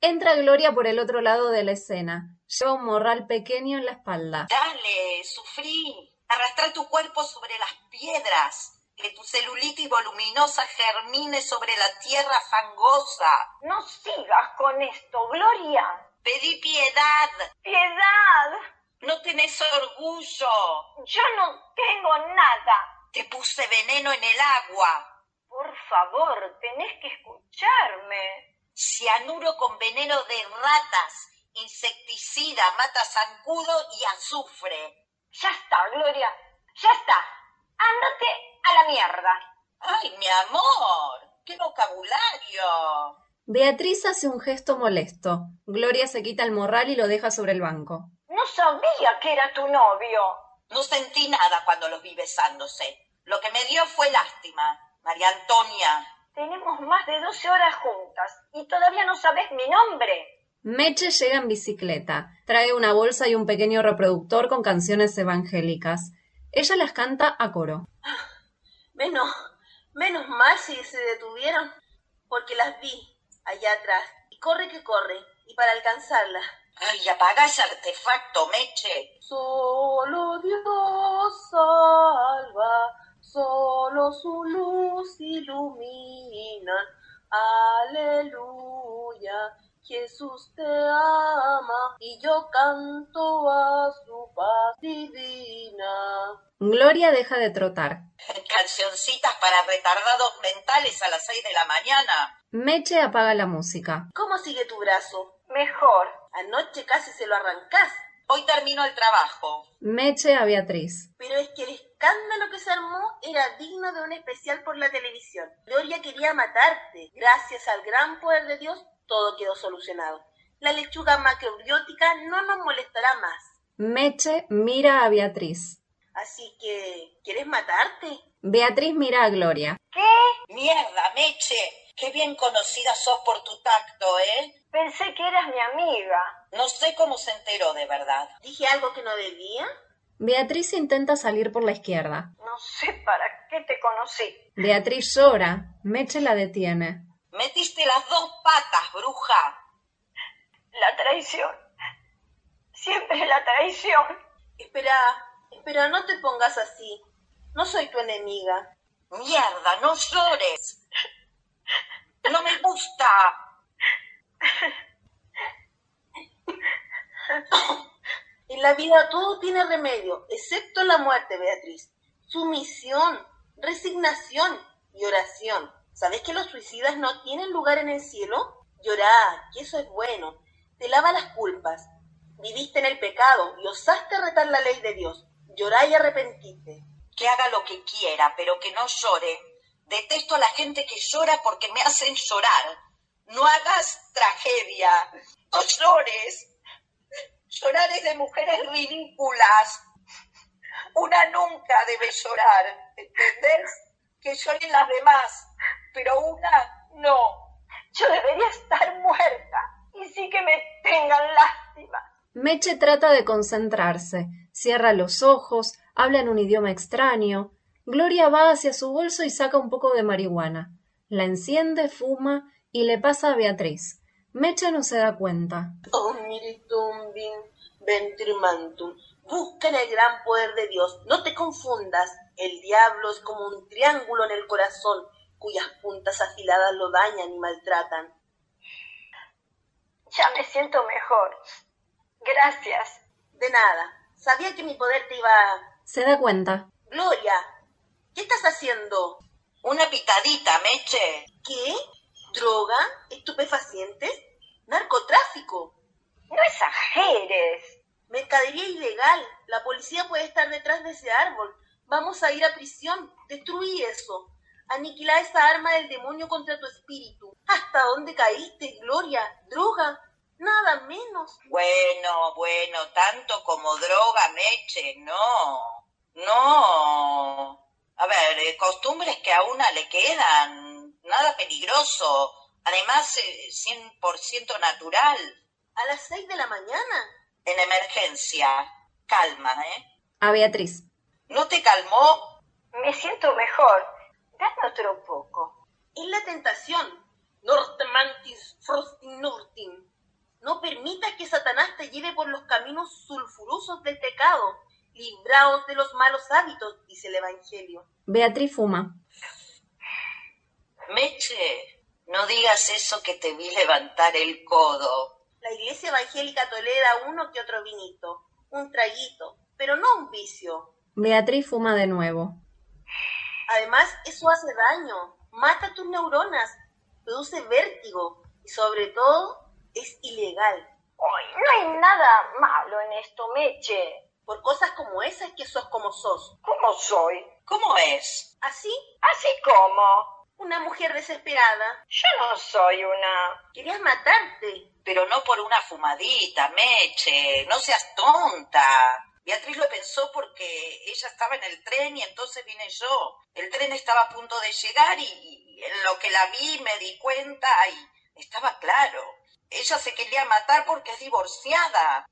Entra Gloria por el otro lado de la escena. Lleva un morral pequeño en la espalda. Dale, sufrí. Arrastrar tu cuerpo sobre las piedras. Que tu celulitis voluminosa germine sobre la tierra fangosa. No sigas con esto, Gloria. Pedí piedad. Piedad. No tenés orgullo. Yo no tengo nada. Te puse veneno en el agua. Por favor, tenés que escucharme. Cianuro con veneno de ratas. Insecticida, mata zancudo y azufre. Ya está, Gloria. Ya está. Ándate a la mierda. ¡Ay, mi amor! ¡Qué vocabulario! Beatriz hace un gesto molesto. Gloria se quita el morral y lo deja sobre el banco. No sabía que era tu novio. No sentí nada cuando los vi besándose. Lo que me dio fue lástima. María Antonia. Tenemos más de 12 horas juntas y todavía no sabes mi nombre. Meche llega en bicicleta. Trae una bolsa y un pequeño reproductor con canciones evangélicas. Ella las canta a coro. Menos, menos mal si se detuvieron, porque las vi allá atrás. Y corre que corre, y para alcanzarlas. ¡Ay, apaga ese artefacto, Meche! Solo Dios salva, solo su luz ilumina. Aleluya, Jesús te ama y yo canto a su paz divina. Gloria deja de trotar. Cancioncitas para retardados mentales a las seis de la mañana. Meche apaga la música. ¿Cómo sigue tu brazo? Mejor. Anoche casi se lo arrancás. Hoy termino el trabajo. Meche a Beatriz. Pero es que el escándalo que se armó era digno de un especial por la televisión. Gloria quería matarte. Gracias al gran poder de Dios, todo quedó solucionado. La lechuga macrobiótica no nos molestará más. Meche mira a Ah, Beatriz. Así que, ¿quieres matarte? Beatriz mira a Gloria. ¿Qué? Mierda, Meche. Qué bien conocida sos por tu tacto, ¿eh? Pensé que eras mi amiga. No sé cómo se enteró de verdad. ¿Dije algo que no debía? Beatriz intenta salir por la izquierda. No sé para qué te conocí. Beatriz llora. Meche la detiene. Metiste las dos patas, bruja. La traición. Siempre es la traición. Espera, espera, no te pongas así. No soy tu enemiga. Mierda, no llores. No me gusta. En la vida todo tiene remedio, excepto la muerte, Beatriz. Sumisión, resignación y oración. ¿Sabes que los suicidas no tienen lugar en el cielo? Llorá, que eso es bueno. Te lava las culpas. Viviste en el pecado y osaste retar la ley de Dios. Llorá y arrepentite. Que haga lo que quiera, pero que no llore. Detesto a la gente que llora porque me hacen llorar. No hagas tragedia. No llores. Llorar es de mujeres ridículas. Una nunca debe llorar, ¿entendés? Que lloren las demás, pero una no. Yo debería estar muerta y sí que me tengan lástima. Meche trata de concentrarse, cierra los ojos, habla en un idioma extraño. Gloria va hacia su bolso y saca un poco de marihuana. La enciende, fuma y le pasa a Beatriz. Meche no se da cuenta. Omnitum vin ventrimantum. Busca en el gran poder de Dios. No te confundas. El diablo es como un triángulo en el corazón, cuyas puntas afiladas lo dañan y maltratan. Ya me siento mejor. Gracias. De nada. Sabía que mi poder te iba a... Se da cuenta. Gloria, ¿qué estás haciendo? Una pitadita, Meche. ¿Qué? ¿Droga? ¿Estupefacientes? ¿Narcotráfico? No exageres. Mercadería ilegal. La policía puede estar detrás de ese árbol. Vamos a ir a prisión. Destruí eso. Aniquilá esa arma del demonio contra tu espíritu. ¿Hasta dónde caíste, Gloria? ¿Droga? Nada menos. Bueno, bueno, tanto como droga, Meche, no. No. A ver, eh, costumbres que a una le quedan. Nada peligroso. Además, eh, 100% natural. A las seis de la mañana. En emergencia. Calma, ¿eh? A Beatriz. ¿No te calmó? Me siento mejor. Dame otro poco. Es la tentación. Nortemantis frostin nortin. No permitas que Satanás te lleve por los caminos sulfurosos del pecado. Libraos de los malos hábitos, dice el Evangelio. Beatriz fuma. Meche, no digas eso que te vi levantar el codo. La iglesia evangélica tolera uno que otro vinito, un traguito, pero no un vicio. Beatriz fuma de nuevo. Además, eso hace daño, mata tus neuronas, produce vértigo y sobre todo es ilegal. Ay, no hay nada malo en esto, Meche. Por cosas como esas que sos como sos. ¿Cómo soy? ¿Cómo es? Así, Así como. una mujer desesperada. Yo no soy una... Querías matarte. Pero no por una fumadita, Meche. No seas tonta. Beatriz lo pensó porque ella estaba en el tren y entonces vine yo. El tren estaba a punto de llegar y en lo que la vi me di cuenta y estaba claro. Ella se quería matar porque es divorciada.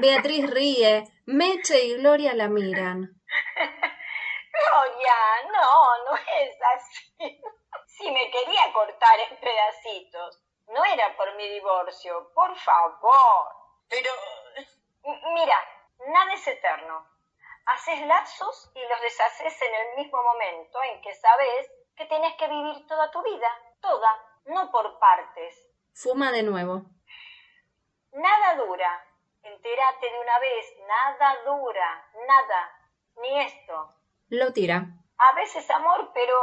Beatriz ríe. Meche y Gloria la miran. Gloria, no, no es así. Si me quería cortar en pedacitos, no era por mi divorcio, por favor. Pero M- Mira, nada es eterno. Haces lapsos y los deshaces en el mismo momento en que sabes que tienes que vivir toda tu vida, toda, no por partes. Fuma de nuevo. Nada dura. Entérate de una vez, nada dura, nada, ni esto. Lo tira. A veces amor, pero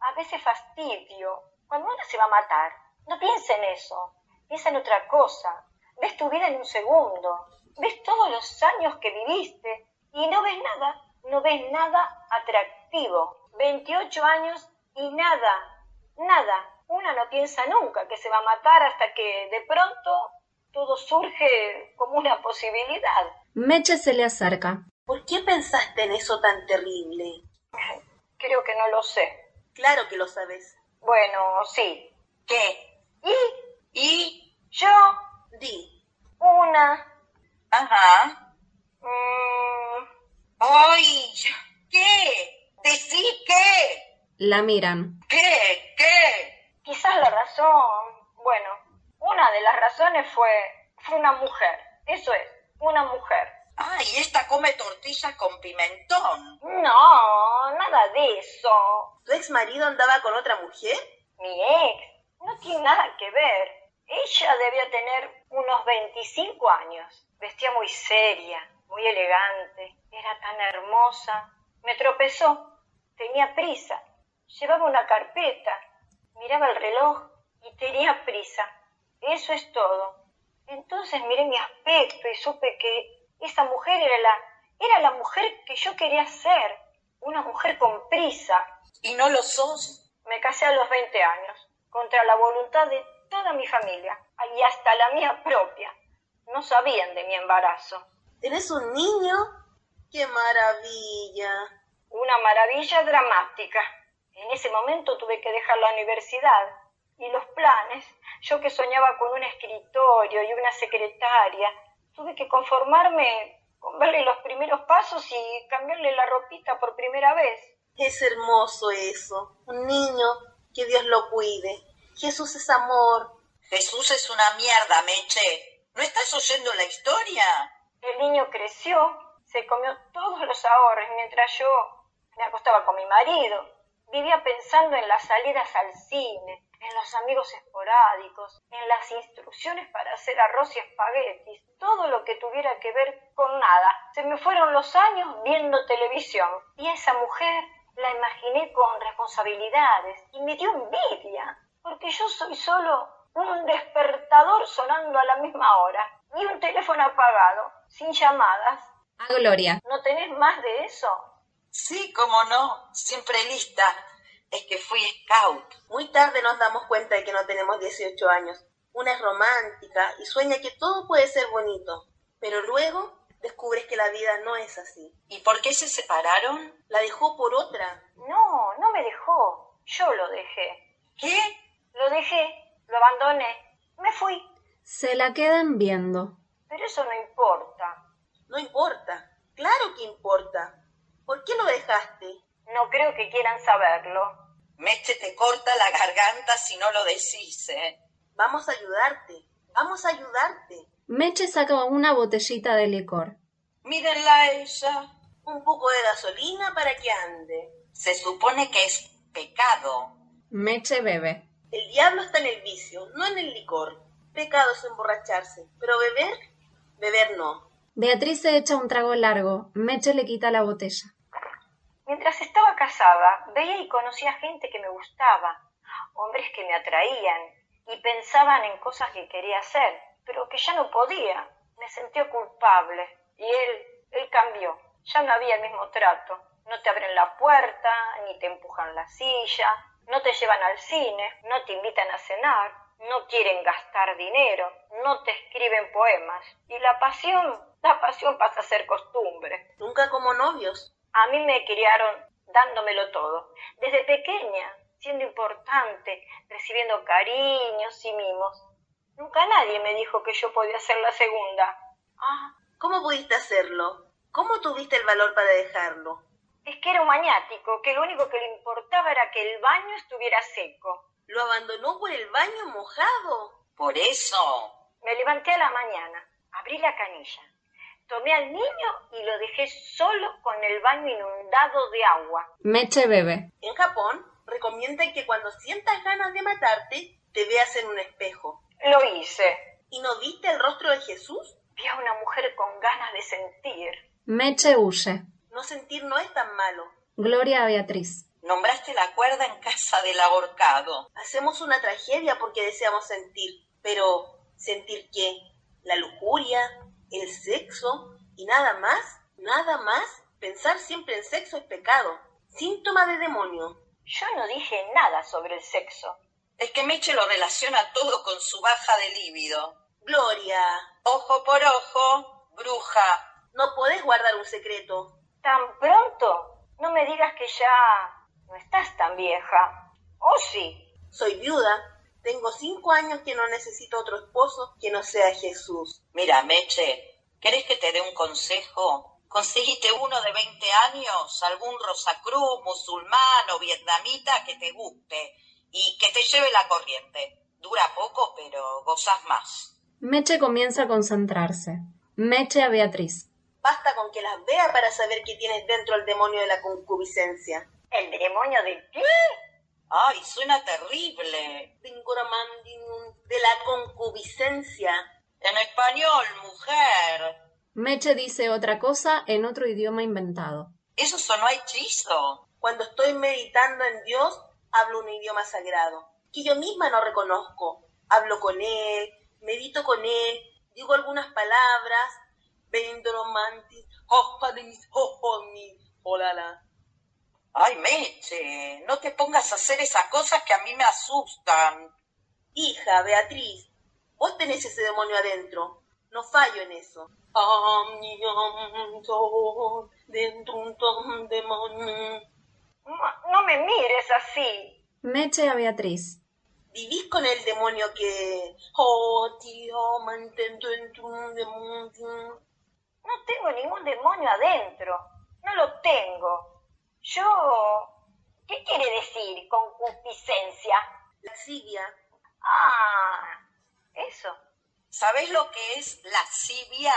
a veces fastidio. Cuando uno se va a matar, no piensa en eso, piensa en otra cosa. Ves tu vida en un segundo, ves todos los años que viviste y no ves nada, no ves nada atractivo. 28 años y nada, nada. Una no piensa nunca que se va a matar hasta que de pronto todo surge como una posibilidad. Meche se le acerca. ¿Por qué pensaste en eso tan terrible? Creo que no lo sé. Claro que lo sabes. Bueno, sí. ¿qué? Y ¿Y? yo, Di, una, Ajá. Mm, ¡Ay! ¿Qué? ¿Decí qué? La miran. ¿Qué? ¿Qué? quizás la razón, bueno, una de las razones fue, fue una mujer. Eso es, una mujer. Ah, y esta come tortillas con pimentón. No, nada de eso. ¿Tu ex marido andaba con otra mujer? Mi ex no tiene nada que ver. Ella debió tener unos 25 años. Vestía muy seria, muy elegante. Era tan hermosa. Me tropezó. Tenía prisa. Llevaba una carpeta. Miraba el reloj y tenía prisa. Eso es todo. Entonces miré mi aspecto y supe que esa mujer era la, era la mujer que yo quería ser. Una mujer con prisa. ¿Y no lo sos? Me casé a los 20 años, contra la voluntad de toda mi familia y hasta la mía propia. No sabían de mi embarazo. ¿Eres un niño? ¡Qué maravilla! Una maravilla dramática. En ese momento tuve que dejar la universidad y los planes. Yo que soñaba con un escritorio y una secretaria, tuve que conformarme con verle los primeros pasos y cambiarle la ropita por primera vez. Es hermoso eso. Un niño, que Dios lo cuide. Jesús es amor. Jesús es una mierda, Meche. ¿No estás oyendo la historia? El niño creció, se comió todos los ahorros mientras yo me acostaba con mi marido. Vivía pensando en las salidas al cine, en los amigos esporádicos, en las instrucciones para hacer arroz y espaguetis, todo lo que tuviera que ver con nada. Se me fueron los años viendo televisión y a esa mujer la imaginé con responsabilidades y me dio envidia, porque yo soy solo un despertador sonando a la misma hora y un teléfono apagado, sin llamadas. A Gloria. ¿No tenés más de eso? Sí, cómo no, siempre lista. Es que fui scout. Muy tarde nos damos cuenta de que no tenemos 18 años. Una es romántica y sueña que todo puede ser bonito, pero luego descubres que la vida no es así. ¿Y por qué se separaron? La dejó por otra. No, no me dejó. Yo lo dejé. ¿Qué? Lo dejé, lo abandoné, me fui. Se la quedan viendo. Pero eso no importa. No importa. Claro que importa. ¿Por qué lo dejaste? No creo que quieran saberlo. Meche te corta la garganta si no lo decís, ¿eh? Vamos a ayudarte. Vamos a ayudarte. Meche saca una botellita de licor. Mírenla ella. Un poco de gasolina para que ande. Se supone que es pecado. Meche bebe. El diablo está en el vicio, no en el licor. Pecado es emborracharse, pero beber, beber no. Beatriz se echa un trago largo. Meche le quita la botella. Mientras estaba casada, veía y conocía gente que me gustaba, hombres que me atraían y pensaban en cosas que quería hacer, pero que ya no podía. Me sentía culpable y él, él cambió. Ya no había el mismo trato. No te abren la puerta, ni te empujan la silla, no te llevan al cine, no te invitan a cenar, no quieren gastar dinero, no te escriben poemas. Y la pasión, la pasión pasa a ser costumbre. Nunca como novios. A mí me criaron dándomelo todo, desde pequeña, siendo importante, recibiendo cariños y mimos. Nunca nadie me dijo que yo podía ser la segunda. Ah, ¿cómo pudiste hacerlo? ¿Cómo tuviste el valor para dejarlo? Es que era un maniático, que lo único que le importaba era que el baño estuviera seco. Lo abandonó por el baño mojado. Por eso. Me levanté a la mañana, abrí la canilla, tomé al niño y lo dejé solo con el baño inundado de agua. Meche bebe. En Japón recomiendan que cuando sientas ganas de matarte, te veas en un espejo. Lo hice. ¿Y no viste el rostro de Jesús? Vi a una mujer con ganas de sentir. Meche huye. No sentir no es tan malo. Gloria a Beatriz. Nombraste la cuerda en casa del ahorcado. Hacemos una tragedia porque deseamos sentir, pero ¿sentir qué? ¿La lujuria? ¿El sexo? ¿Y nada más? ¿Nada más? Pensar siempre en sexo es pecado. Síntoma de demonio. Yo no dije nada sobre el sexo. Es que Meche lo relaciona todo con su baja de líbido. Gloria. Ojo por ojo, bruja. No podés guardar un secreto. ¿Tan pronto? No me digas que ya no estás tan vieja. ¿O oh, sí? Soy viuda. Tengo cinco años que no necesito otro esposo que no sea Jesús. Mira, Meche, ¿querés que te dé un consejo? Conseguiste uno de 20 años, algún rosacruz, musulmán o vietnamita que te guste y que te lleve la corriente. Dura poco, pero gozas más. Meche comienza a concentrarse. Meche a Beatriz. Basta con que las vea para saber que tienes dentro el demonio de la concupiscencia. ¿El demonio de qué? Ay, suena terrible. Tinguramandinum, de la concupiscencia. En español, mujer. Meche dice otra cosa en otro idioma inventado. Eso sonó a hechizo. Cuando estoy meditando en Dios, hablo un idioma sagrado, que yo misma no reconozco. Hablo con Él, medito con Él, digo algunas palabras. Vendromantis, hopanis, hohomi, olala. Ay, Meche, no te pongas a hacer esas cosas que a mí me asustan. Hija, Beatriz, vos tenés ese demonio adentro. No fallo en eso. Ma- No me mires así. Meche a Beatriz. Vivís con el demonio que... Oh, tío, mantento en tu demonio. No tengo ningún demonio adentro. No lo tengo. Yo... ¿Qué quiere decir concupiscencia? Lascivia. Ah, eso. ¿Sabes lo que es lascivia?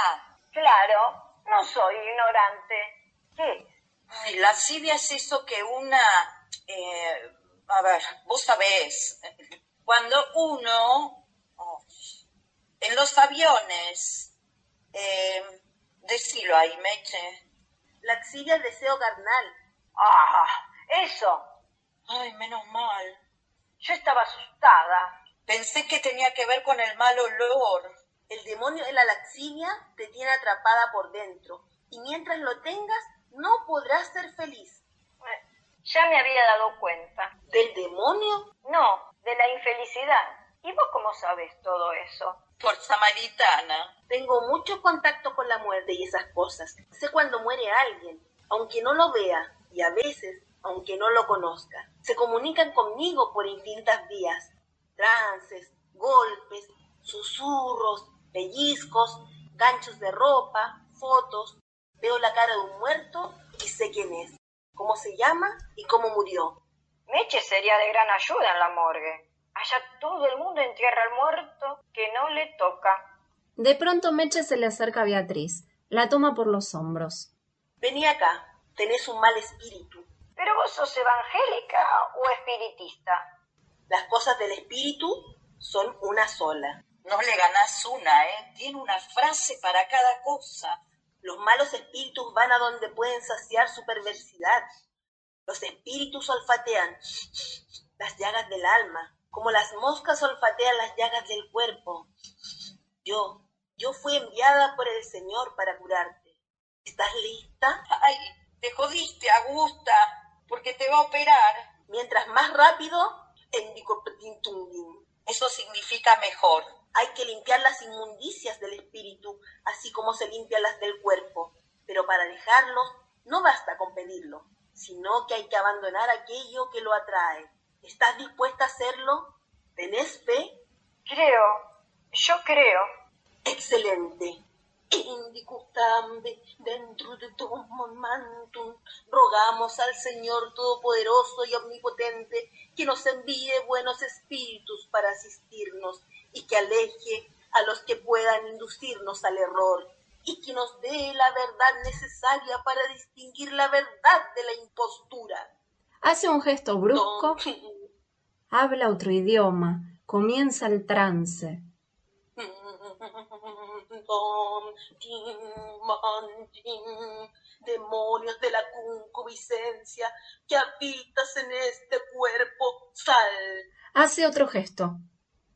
Claro, no soy ignorante. ¿Qué? Ay, lascivia es eso que una... eh, a ver, vos sabés. Cuando uno... oh, en los aviones... Eh, decilo ahí, Meche. Laxivia el deseo carnal. Ah, eso. Ay, menos mal. Yo estaba asustada. Pensé que tenía que ver con el mal olor. El demonio de la laxivia te tiene atrapada por dentro. Y mientras lo tengas, no podrás ser feliz. Eh, Ya me había dado cuenta. ¿Del demonio? No, de la infelicidad. ¿Y vos cómo sabes todo eso? Por samaritana. Tengo mucho contacto con la muerte y esas cosas. Sé cuando muere alguien, aunque no lo vea, y a veces, aunque no lo conozca. Se comunican conmigo por infinitas vías. Trances, golpes, susurros, pellizcos, ganchos de ropa, fotos. Veo la cara de un muerto y sé quién es, cómo se llama y cómo murió. Meche sería de gran ayuda en la morgue. Allá todo el mundo entierra al muerto que no le toca. De pronto Meche se le acerca a Beatriz. La toma por los hombros. Vení acá, tenés un mal espíritu. ¿Pero vos sos evangélica o espiritista? Las cosas del espíritu son una sola. No le ganás una, ¿eh? Tiene una frase para cada cosa. Los malos espíritus van a donde pueden saciar su perversidad. Los espíritus olfatean las llagas del alma, como las moscas olfatean las llagas del cuerpo. Yo, yo fui enviada por el Señor para curarte. ¿Estás lista? Ay, te jodiste, Augusta, porque te va a operar. Mientras más rápido, endicopetintumbin. Eso significa mejor. Hay que limpiar las inmundicias del espíritu, así como se limpian las del cuerpo. Pero para dejarlos no basta con pedirlo, sino que hay que abandonar aquello que lo atrae. ¿Estás dispuesta a hacerlo? ¿Tenés fe? Creo, yo creo. Excelente. Indicustambe dentro de tu mantum, rogamos al Señor Todopoderoso y Omnipotente que nos envíe buenos espíritus para asistirnos y que aleje a los que puedan inducirnos al error y que nos dé la verdad necesaria para distinguir la verdad de la impostura. Hace un gesto brusco, habla otro idioma, comienza el trance. Tom, tim, man, tim, Demonios de la concupiscencia que habitas en este cuerpo, sal. Hace otro gesto.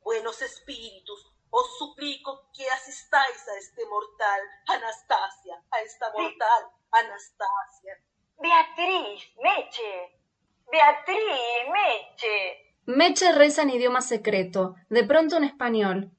Buenos espíritus, os suplico que asistáis a este mortal, Anastasia, a esta mortal, Anastasia. Beatriz, Meche. Beatriz, Meche. Meche reza en idioma secreto, de pronto en español.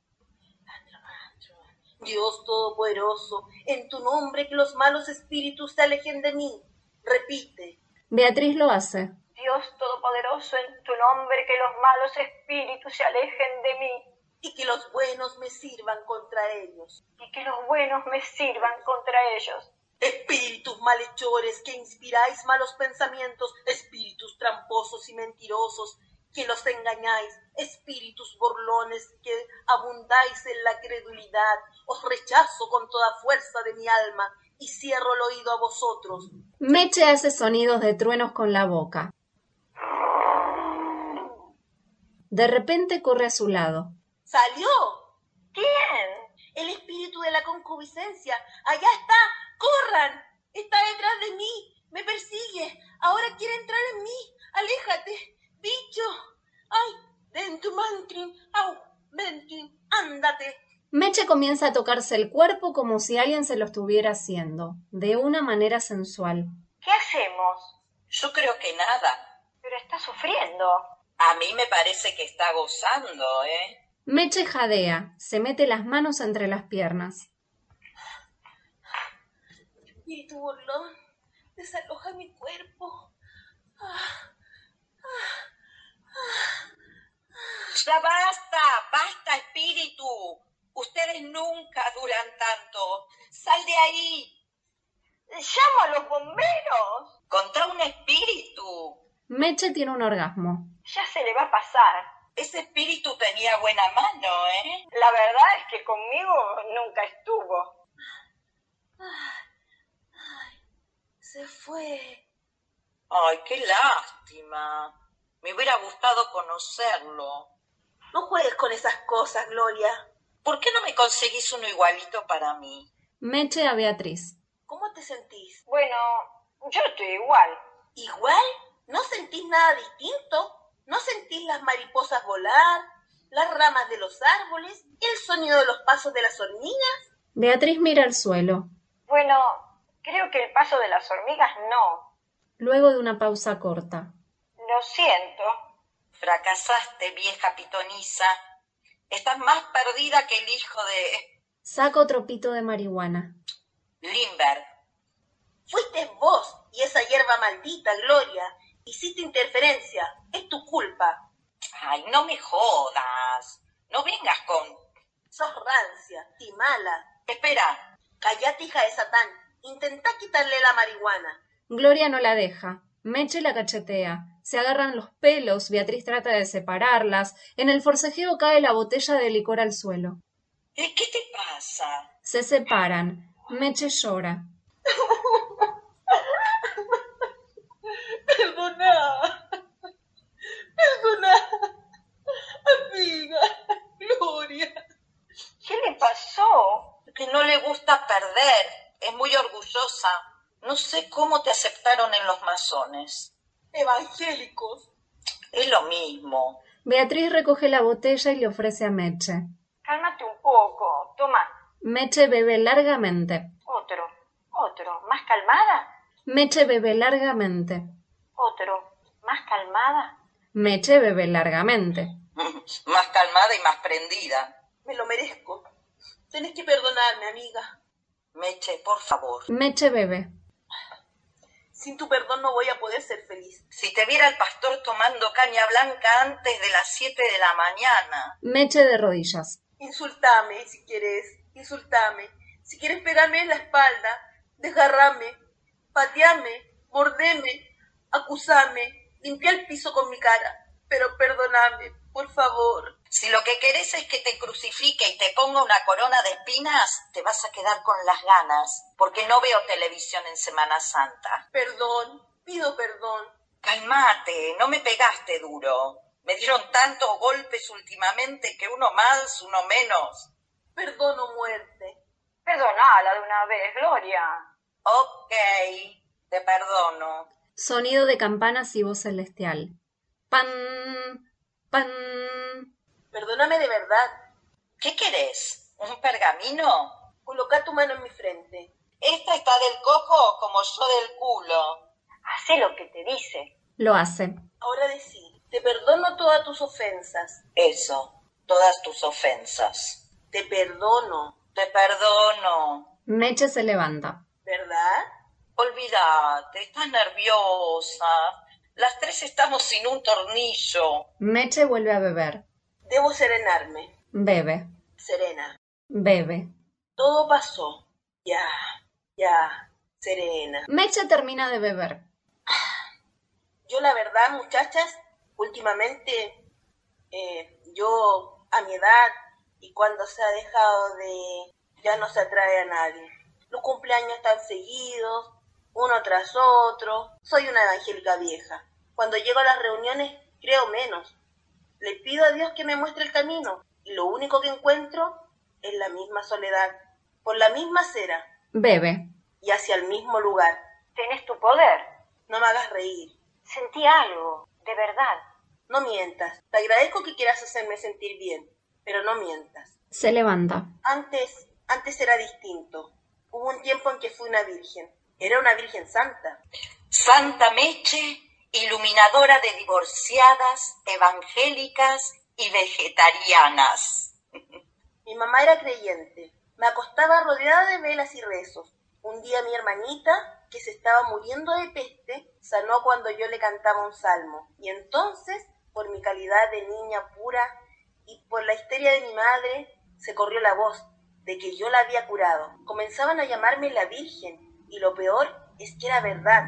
Dios Todopoderoso, en tu nombre que los malos espíritus se alejen de mí. Repite, Beatriz lo hace. Dios Todopoderoso, en tu nombre que los malos espíritus se alejen de mí y que los buenos me sirvan contra ellos. y que los buenos me sirvan contra ellos. Espíritus malhechores que inspiráis malos pensamientos, espíritus tramposos y mentirosos que los engañáis, espíritus burlones que abundáis en la credulidad, os rechazo con toda fuerza de mi alma y cierro el oído a vosotros. Meche hace sonidos de truenos con la boca. De repente corre a su lado. ¡Salió! ¿Quién? El espíritu de la concupiscencia. Allá está. ¡Corran! Está detrás de mí. Me persigue. Ahora quiere entrar en mí. Aléjate. Bicho. Ay, dentro mantrin. Au, mentrin. Ándate. Meche comienza a tocarse el cuerpo como si alguien se lo estuviera haciendo, de una manera sensual. ¿Qué hacemos? Yo creo que nada. Pero está sufriendo. A mí me parece que está gozando, ¿eh? Meche jadea, se mete las manos entre las piernas. Espíritu burlón, desaloja mi cuerpo. Ah, ah, ah. Ya basta, basta, espíritu. Ustedes nunca duran tanto. Sal de ahí. Llamo a los bomberos. Contra un espíritu. Meche tiene un orgasmo. Ya se le va a pasar. Ese espíritu tenía buena mano, ¿eh? La verdad es que conmigo nunca estuvo. Ay, ay, se fue. Ay, qué lástima. Me hubiera gustado conocerlo. No juegues con esas cosas, Gloria. ¿Por qué no me conseguís uno igualito para mí? Meche a Beatriz. ¿Cómo te sentís? Bueno, yo estoy igual. ¿Igual? ¿No sentís nada distinto? ¿No sentís las mariposas volar, las ramas de los árboles, el sonido de los pasos de las hormigas? Beatriz mira al suelo. Bueno, creo que el paso de las hormigas no. Luego de una pausa corta. Lo siento. Fracasaste, vieja pitoniza. Estás más perdida que el hijo de... Saca otro pito de marihuana. Lindbergh. Fuiste vos y esa hierba maldita, Gloria. Hiciste interferencia. Es tu culpa. Ay, no me jodas. No vengas con... Sos rancia y mala. Espera. Callate, hija de Satán. Intentá quitarle la marihuana. Gloria no la deja. Meche la cachetea. Se agarran los pelos, Beatriz trata de separarlas. En el forcejeo cae la botella de licor al suelo. ¿Eh, ¿Qué te pasa? Se separan. Meche llora. Perdoná. Perdoná. Amiga. Gloria. ¿Qué le pasó? Que no le gusta perder. Es muy orgullosa. No sé cómo te aceptaron en los masones. Evangélicos. Es lo mismo. Beatriz recoge la botella y le ofrece a Meche. Cálmate un poco. Toma. Meche bebe largamente. Otro. Otro. ¿Más calmada? Meche bebe largamente. Otro. ¿Más calmada? Meche bebe largamente. más calmada y más prendida. Me lo merezco. Tenés que perdonarme, amiga. Meche, por favor. Meche bebe. Sin tu perdón no voy a poder ser feliz. Si te viera el pastor tomando caña blanca antes de las siete de la mañana. Meche de rodillas. Insultame si quieres, insultame. Si quieres pegarme en la espalda, desgarrame, pateame, mordeme, acusame, limpia el piso con mi cara. Pero perdoname, por favor. Si lo que querés es que te crucifique y te ponga una corona de espinas, te vas a quedar con las ganas, porque no veo televisión en Semana Santa. Perdón, pido perdón. Calmate, no me pegaste duro. Me dieron tantos golpes últimamente que uno más, uno menos. Perdono muerte. Perdonala de una vez, Gloria. Ok, te perdono. Sonido de campanas y voz celestial. Pan, pan. Perdóname de verdad. ¿Qué querés? ¿Un pergamino? Coloca tu mano en mi frente. Esta está del coco como yo del culo. Hacé lo que te dice. Lo hace. Ahora decí, te perdono todas tus ofensas. Eso, todas tus ofensas. Te perdono, Te perdono. Meche se levanta. ¿verdad? Olvídate, estás nerviosa. Las tres estamos sin un tornillo. Meche vuelve a beber. Debo serenarme. Bebe. Serena. Bebe. Todo pasó. Ya, ya, serena. Meche termina de beber. Yo la verdad, muchachas, últimamente eh, yo a mi edad y cuando se ha dejado de, ya no se atrae a nadie. Los cumpleaños están seguidos, uno tras otro. Soy una evangélica vieja. Cuando llego a las reuniones creo menos. Le pido a Dios que me muestre el camino y lo único que encuentro es la misma soledad, por la misma acera Bebe. y hacia el mismo lugar. Tenés tu poder. No me hagas reír, Sentí algo, de verdad. no mientas. Te agradezco que quieras hacerme sentir bien, pero no mientas. Se levanta. Antes, antes era distinto. Hubo un tiempo en que fui una virgen. Era una virgen santa. Santa Meche, iluminadora de divorciadas, evangélicas y vegetarianas. Mi mamá era creyente. Me acostaba rodeada de velas y rezos. Un día mi hermanita, que se estaba muriendo de peste, sanó cuando yo le cantaba un salmo. Y entonces, por mi calidad de niña pura y por la histeria de mi madre, se corrió la voz de que yo la había curado. Comenzaban a llamarme la Virgen. Y lo peor es que era verdad.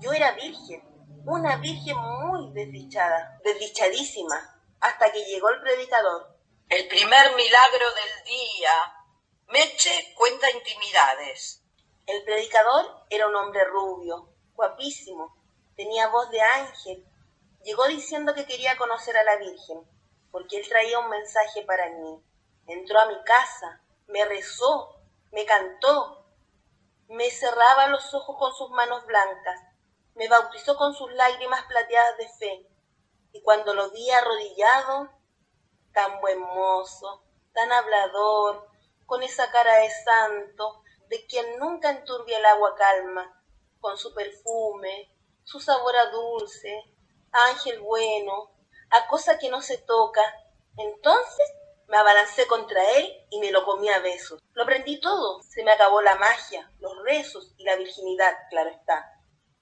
Yo era virgen. Una virgen muy desdichada. Desdichadísima. Hasta que llegó el predicador. El primer milagro del día. Meche cuenta intimidades. El predicador era un hombre rubio, guapísimo, tenía voz de ángel. Llegó diciendo que quería conocer a la Virgen, porque él traía un mensaje para mí. Entró a mi casa, me rezó, me cantó, me cerraba los ojos con sus manos blancas, me bautizó con sus lágrimas plateadas de fe, y cuando lo vi arrodillado, tan buen mozo, tan hablador, con esa cara de santo, de quien nunca enturbia el agua calma, con su perfume, su sabor a dulce, a ángel bueno, a cosa que no se toca. Entonces me abalancé contra él y me lo comí a besos. Lo aprendí todo. Se me acabó la magia, los rezos y la virginidad, claro está.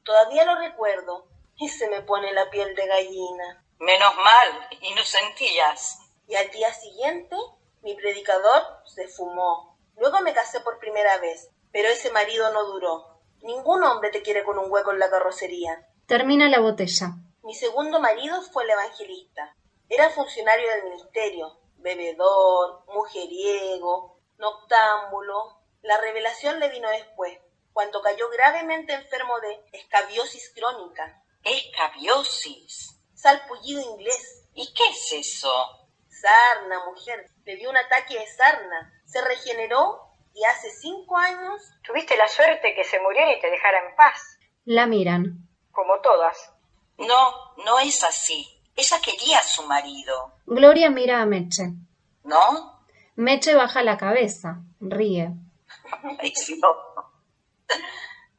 Todavía lo recuerdo y se me pone la piel de gallina. Menos mal, y no sentías. y al día siguiente mi predicador se fumó. Luego me casé por primera vez, pero ese marido no duró. Ningún hombre te quiere con un hueco en la carrocería. Termina la botella. Mi segundo marido fue el evangelista. Era funcionario del ministerio, bebedor, mujeriego, noctámbulo. La revelación le vino después, cuando cayó gravemente enfermo de escabiosis crónica, Escabiosis. salpullido inglés, ¿Y qué es eso? Sarna, mujer, le dio un ataque de sarna, se regeneró y hace cinco años Tuviste la suerte que se muriera y te dejara en paz, La miran. como todas. No, no es así. Ella quería a su marido, Gloria mira a Meche. ¿no? Meche baja la cabeza. Ríe. Ay, no.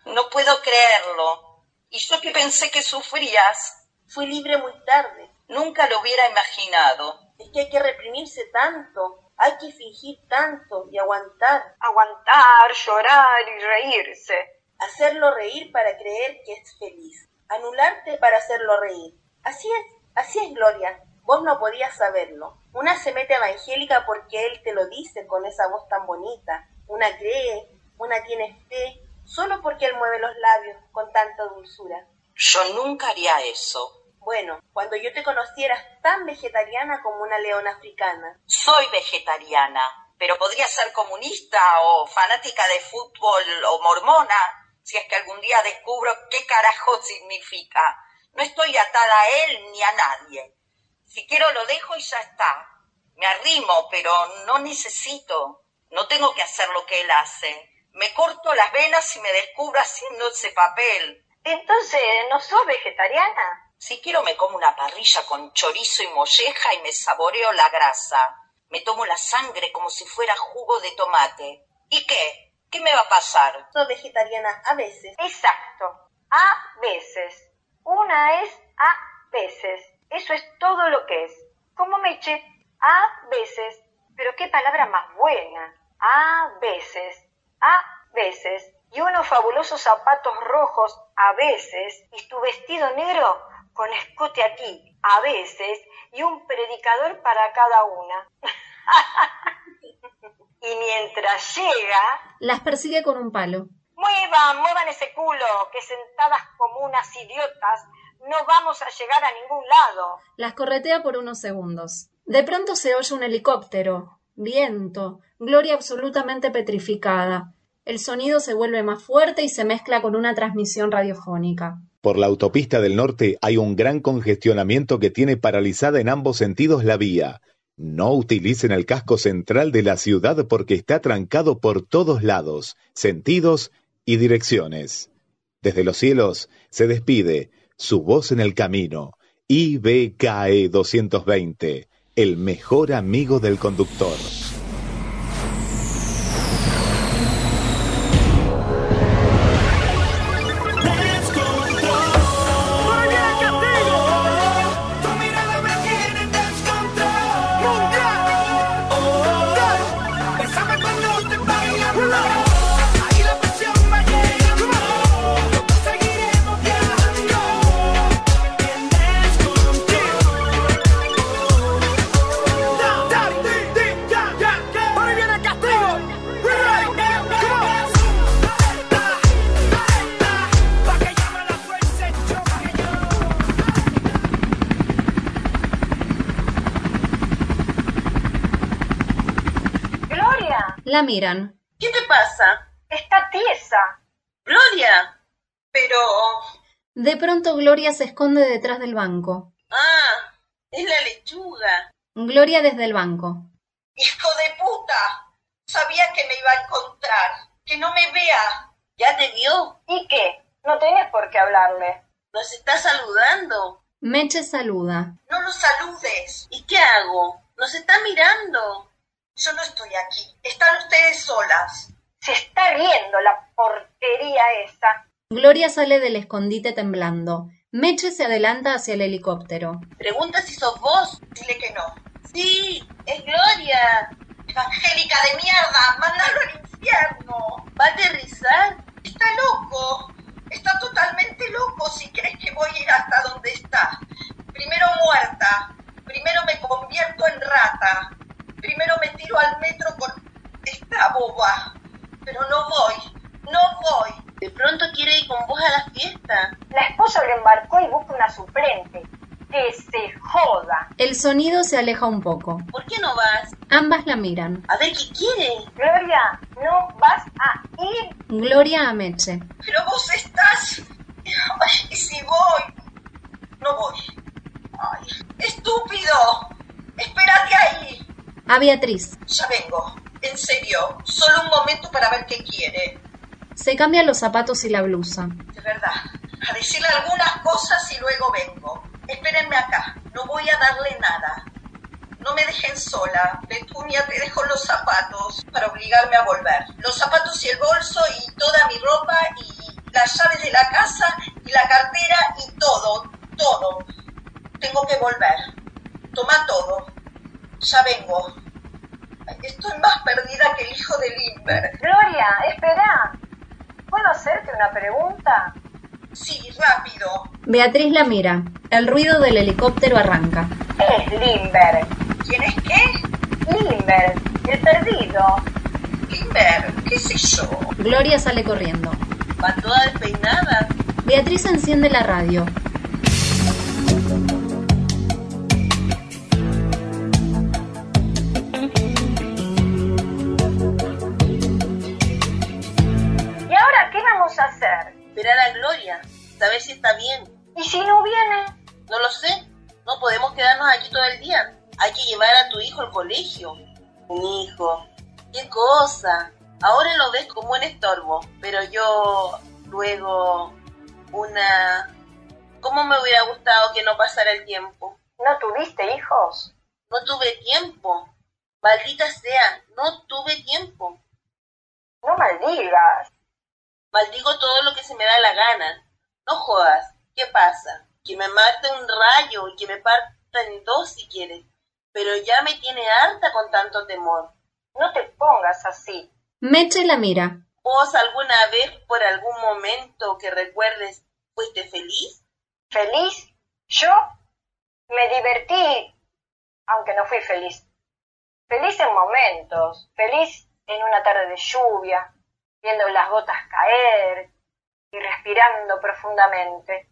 No puedo creerlo. Y yo que pensé que sufrías, fui libre muy tarde. nunca lo hubiera imaginado. Es que hay que reprimirse tanto, hay que fingir tanto y aguantar, Aguantar, llorar y reírse. hacerlo reír para creer que es feliz, anularte para hacerlo reír. Así es, así es, Gloria. Vos no podías saberlo. Una se mete evangélica porque él te lo dice con esa voz tan bonita. Una cree, una tiene fe, solo porque él mueve los labios con tanta dulzura. Yo nunca haría eso. Bueno, cuando yo te conociera eras tan vegetariana como una leona africana. Soy vegetariana, pero podría ser comunista o fanática de fútbol o mormona, si es que algún día descubro qué carajo significa. No estoy atada a él ni a nadie. Si quiero lo dejo y ya está. Me arrimo, pero no necesito. No tengo que hacer lo que él hace. Me corto las venas y me descubro haciendo ese papel. Entonces, ¿no sos vegetariana? Si quiero me como una parrilla con chorizo y molleja y me saboreo la grasa. Me tomo la sangre como si fuera jugo de tomate. ¿Y qué? ¿Qué me va a pasar? Soy vegetariana a veces. Exacto. A veces. Una es a veces. Eso es todo lo que es. Como Meche, a veces. Pero qué palabra más buena. A veces. A veces. Y unos fabulosos zapatos rojos a veces. Y tu vestido negro con escote aquí a veces. Y un predicador para cada una. y mientras llega, Las persigue con un palo. Muevan, muevan ese culo, que sentadas como unas idiotas no vamos a llegar a ningún lado. Las corretea por unos segundos. De pronto se oye un helicóptero. Viento. Gloria absolutamente petrificada. El sonido se vuelve más fuerte y se mezcla con una transmisión radiofónica. Por la autopista del norte hay un gran congestionamiento que tiene paralizada en ambos sentidos la vía. No utilicen el casco central de la ciudad porque está trancado por todos lados, sentidos y direcciones. Desde los cielos se despide su voz en el camino. IBKE 220, E el mejor amigo del conductor. La miran. ¿Qué te pasa? Está tiesa. Gloria. Pero... De pronto Gloria se esconde detrás del banco. Ah, es la lechuga. Gloria desde el banco. Hijo de puta. Sabía que me iba a encontrar. Que no me vea. Ya te vio. ¿Y qué? No tenés por qué hablarle. Nos está saludando. Meche saluda. No lo saludes. ¿Y qué hago? Nos está mirando. Yo no estoy aquí. Están ustedes solas. Se está riendo la porquería esa. Gloria sale del escondite temblando. Meche se adelanta hacia el helicóptero. Pregunta si sos vos. Dile que no. Sí, es Gloria. Evangélica de mierda, mándalo al infierno. ¿Va a aterrizar? Está loco. Está totalmente loco si crees que voy a ir hasta donde está. Primero muerta. Primero me convierto en rata primero me tiro al metro con esta boba. Pero no voy, no voy. De pronto quiere ir con vos a la fiesta. La esposa lo embarcó y busca una suplente. Que se joda. El sonido se aleja un poco. ¿Por qué no vas? Ambas la miran. A ver qué quiere. Gloria, no vas a ir. Gloria a Meche. Pero vos estás. Ay, y si voy. No voy. Ay, estúpido. Espérate ahí. A Beatriz. Ya vengo. En serio. Solo un momento para ver qué quiere. Se cambia los zapatos y la blusa. De verdad. A decirle algunas cosas y luego vengo. Espérenme acá. No voy a darle nada. No me dejen sola. Betunia, te dejo los zapatos para obligarme a volver. Los zapatos y el bolso y toda mi ropa y las llaves de la casa y la cartera y todo. Todo. Tengo que volver. Toma todo. Ya vengo. Estoy más perdida que el hijo de Limber. Gloria, espera. ¿Puedo hacerte una pregunta? Sí, rápido. Beatriz la mira. El ruido del helicóptero arranca. Es Limber. ¿Quién es qué? Limber, el perdido. Limber, qué sé yo. Gloria sale corriendo. Va toda despeinada. Beatriz enciende la radio. hacer? Esperar a Gloria, saber si está bien. ¿Y si no viene? No lo sé. No podemos quedarnos aquí todo el día. Hay que llevar a tu hijo al colegio. Mi hijo. ¡Qué cosa! Ahora lo ves como un estorbo, pero yo luego una... ¿Cómo me hubiera gustado que no pasara el tiempo? ¿No tuviste hijos? No tuve tiempo. Maldita sea, no tuve tiempo. No maldigas. Maldigo todo lo que se me da la gana. No jodas. ¿Qué pasa? Que me mate un rayo y que me parta en dos si quieres. Pero ya me tiene harta con tanto temor. No te pongas así. Meche la mira. ¿Vos alguna vez por algún momento que recuerdes fuiste feliz? ¿Feliz? ¿Yo? Me divertí, aunque no fui feliz. Feliz en momentos, feliz en una tarde de lluvia, viendo las gotas caer y respirando profundamente.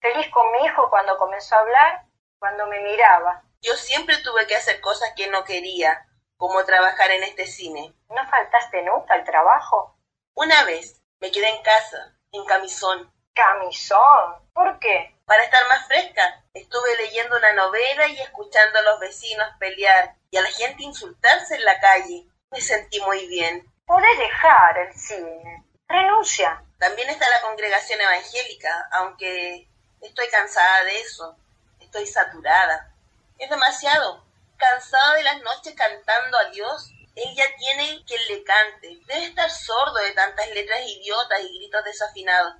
feliz con mi hijo cuando comenzó a hablar, cuando me miraba. Yo siempre tuve que hacer cosas que no quería, como trabajar en este cine. ¿No faltaste nunca al trabajo? Una vez me quedé en casa, en camisón. ¿Camisón? ¿Por qué? Para estar más fresca. Estuve leyendo una novela y escuchando a los vecinos pelear y a la gente insultarse en la calle. Me sentí muy bien. Podés dejar el cine. Renuncia. También está la congregación evangélica, aunque estoy cansada de eso. Estoy saturada. Es demasiado. Cansada de las noches cantando a Dios. Él ya tiene quien le cante. Debe estar sordo de tantas letras idiotas y gritos desafinados.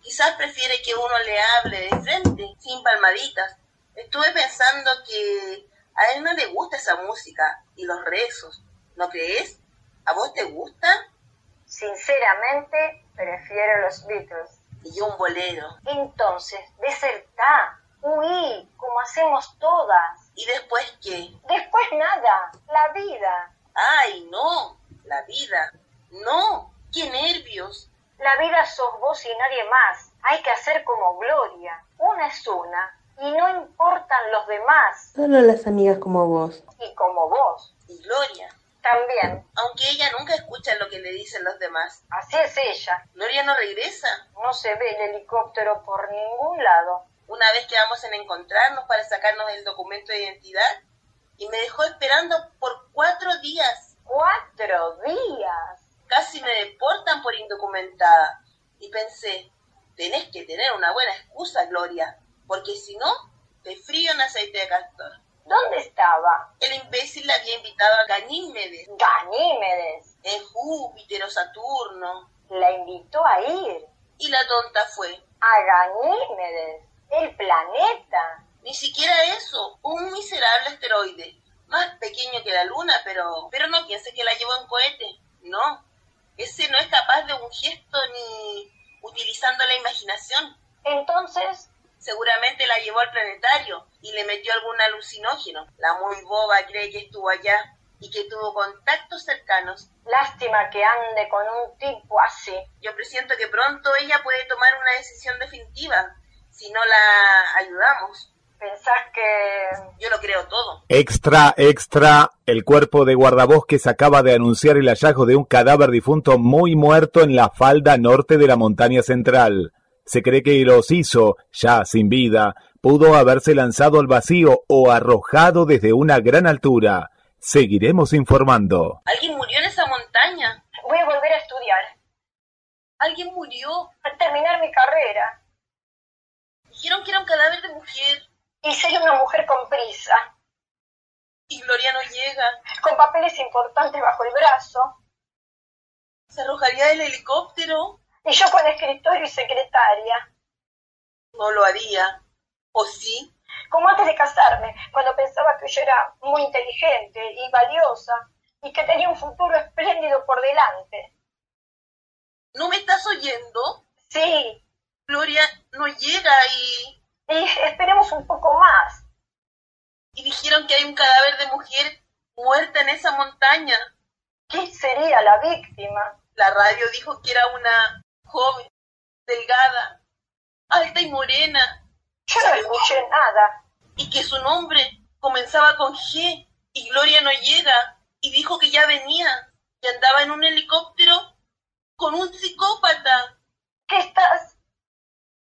Quizás prefiere que uno le hable de frente, sin palmaditas. Estuve pensando que a él no le gusta esa música y los rezos. ¿No crees? ¿A vos te gusta? Sinceramente, prefiero los Beatles. Y yo un bolero. Entonces, desertá, huí, como hacemos todas. ¿Y después qué? Después nada, la vida. ¡Ay, no! La vida. ¡No! ¡Qué nervios! La vida sos vos y nadie más. Hay que hacer como Gloria. Una es una. Y no importan los demás. Solo las amigas como vos. Y como vos. Y Gloria. También. Aunque ella nunca escucha lo que le dicen los demás. Así es ella. Gloria no regresa. No se ve el helicóptero por ningún lado. Una vez quedamos en encontrarnos para sacarnos el documento de identidad y me dejó esperando por cuatro días. ¿Cuatro días? Casi me deportan por indocumentada. Y pensé, tenés que tener una buena excusa, Gloria, porque si no, te frío en aceite de castor. ¿Dónde estaba? El imbécil la había invitado a Ganímedes. ¿Ganímedes? En Júpiter o Saturno. La invitó a ir. Y la tonta fue. A Ganímedes, el planeta. Ni siquiera eso, un miserable asteroide, más pequeño que la luna, pero, pero no pienses que la llevó en cohete. No, ese no es capaz de un gesto ni utilizando la imaginación. Entonces... Seguramente la llevó al planetario y le metió algún alucinógeno. La muy boba cree que estuvo allá y que tuvo contactos cercanos. Lástima que ande con un tipo así. Yo presiento que pronto ella puede tomar una decisión definitiva si no la ayudamos pensás que... Yo lo creo todo. Extra, extra. El cuerpo de guardabosques acaba de anunciar el hallazgo de un cadáver difunto muy muerto en la falda norte de la montaña central. Se cree que el osiso, ya sin vida, pudo haberse lanzado al vacío o arrojado desde una gran altura. Seguiremos informando. ¿Alguien murió en esa montaña? Voy a volver a estudiar. ¿Alguien murió? Al terminar mi carrera. Dijeron que era un cadáver de mujer y soy una mujer con prisa. Y Gloria no llega. Con papeles importantes bajo el brazo. ¿Se arrojaría del helicóptero? Y yo con escritorio y secretaria. No lo haría. ¿O sí? Como antes de casarme, cuando pensaba que yo era muy inteligente y valiosa y que tenía un futuro espléndido por delante. ¿No me estás oyendo? Sí. Gloria no llega y... Y esperemos un poco más. Y dijeron que hay un cadáver de mujer muerta en esa montaña. ¿Qué sería la víctima? La radio dijo que era una joven, delgada, alta y morena. Yo no escuché nada. Y que su nombre comenzaba con G y Gloria no llega. Y dijo que ya venía y andaba en un helicóptero con un psicópata. ¿Qué estás?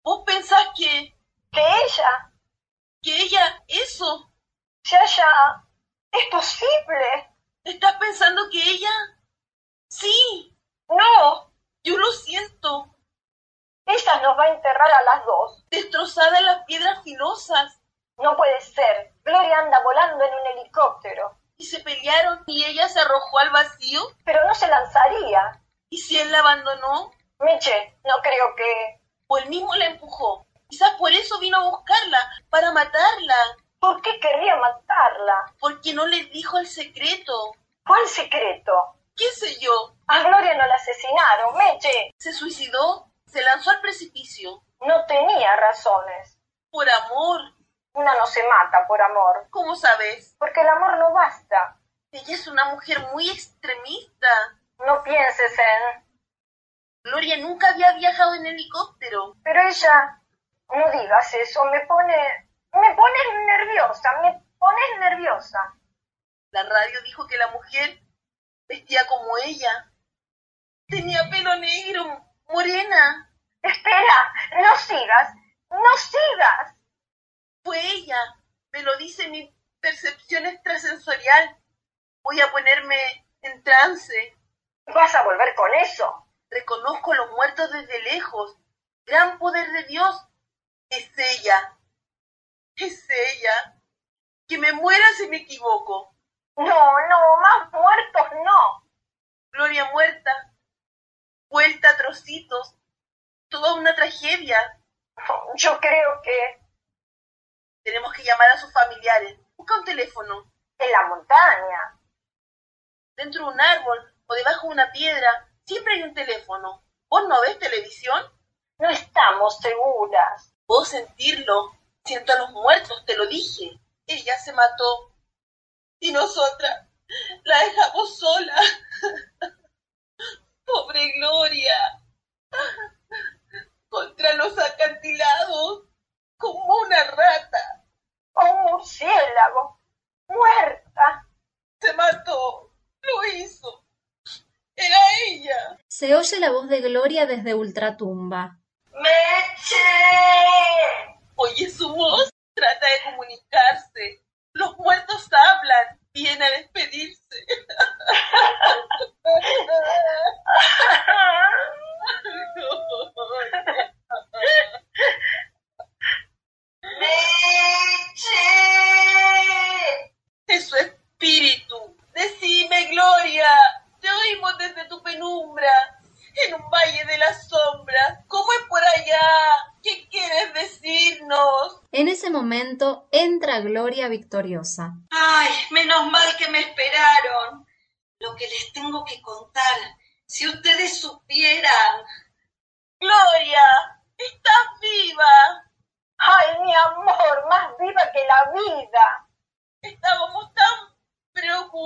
¿Vos pensás que que ella. Que ella, eso. Ya, ya. Es posible. ¿Estás pensando que ella? Sí. No. Yo lo siento. Ella nos va a enterrar a las dos. Destrozada en las piedras filosas. No puede ser. Gloria anda volando en un helicóptero. Y se pelearon y ella se arrojó al vacío. Pero no se lanzaría. ¿Y si él la abandonó? Meche, no creo que... O él mismo la empujó. Quizás por eso vino a buscarla, para matarla. ¿Por qué querría matarla? Porque no le dijo el secreto. ¿Cuál secreto? ¿Qué sé yo? A Gloria no la asesinaron, Meche. Se suicidó, se lanzó al precipicio. No tenía razones. Por amor. Una no se mata por amor. ¿Cómo sabes? Porque el amor no basta. Ella es una mujer muy extremista. No pienses en... Gloria nunca había viajado en helicóptero. Pero ella no digas eso, me pone, me pones nerviosa, me pones nerviosa. La radio dijo que la mujer vestía como ella. Tenía pelo negro, morena. Espera, no sigas, no sigas. Fue ella, me lo dice mi percepción extrasensorial. Voy a ponerme en trance. ¿Vas a volver con eso? Reconozco a los muertos desde lejos. Gran poder de Dios. Es ella. Es ella. Que me muera si me equivoco. No, no, más muertos no. Gloria muerta. Vuelta a trocitos. Toda una tragedia. Yo creo que... Tenemos que llamar a sus familiares. Busca un teléfono. En la montaña. Dentro de un árbol o debajo de una piedra. Siempre hay un teléfono. ¿Vos no ves televisión? No estamos seguras. Puedo sentirlo. Siento a los muertos, te lo dije. Ella se mató. Y nosotras la dejamos sola. Pobre Gloria. Contra los acantilados, como una rata. O un murciélago. Muerta. Se mató. Lo hizo. Era ella. Se oye la voz de Gloria desde ultratumba. ¡Meche! Oye su voz, trata de comunicarse. Los muertos hablan, viene a despedirse. ¡Meche! Es su espíritu. Decime, Gloria, te oímos desde tu penumbra, en un valle de las sombras. ¿Cómo es por allá? ¿Qué quieres decirnos? En ese momento entra Gloria victoriosa. Ay, menos mal que me esperaron. Lo que les tengo que contar, si ustedes supieran. Gloria, estás viva. Ay, mi amor, más viva que la vida. Estábamos tan preocupados.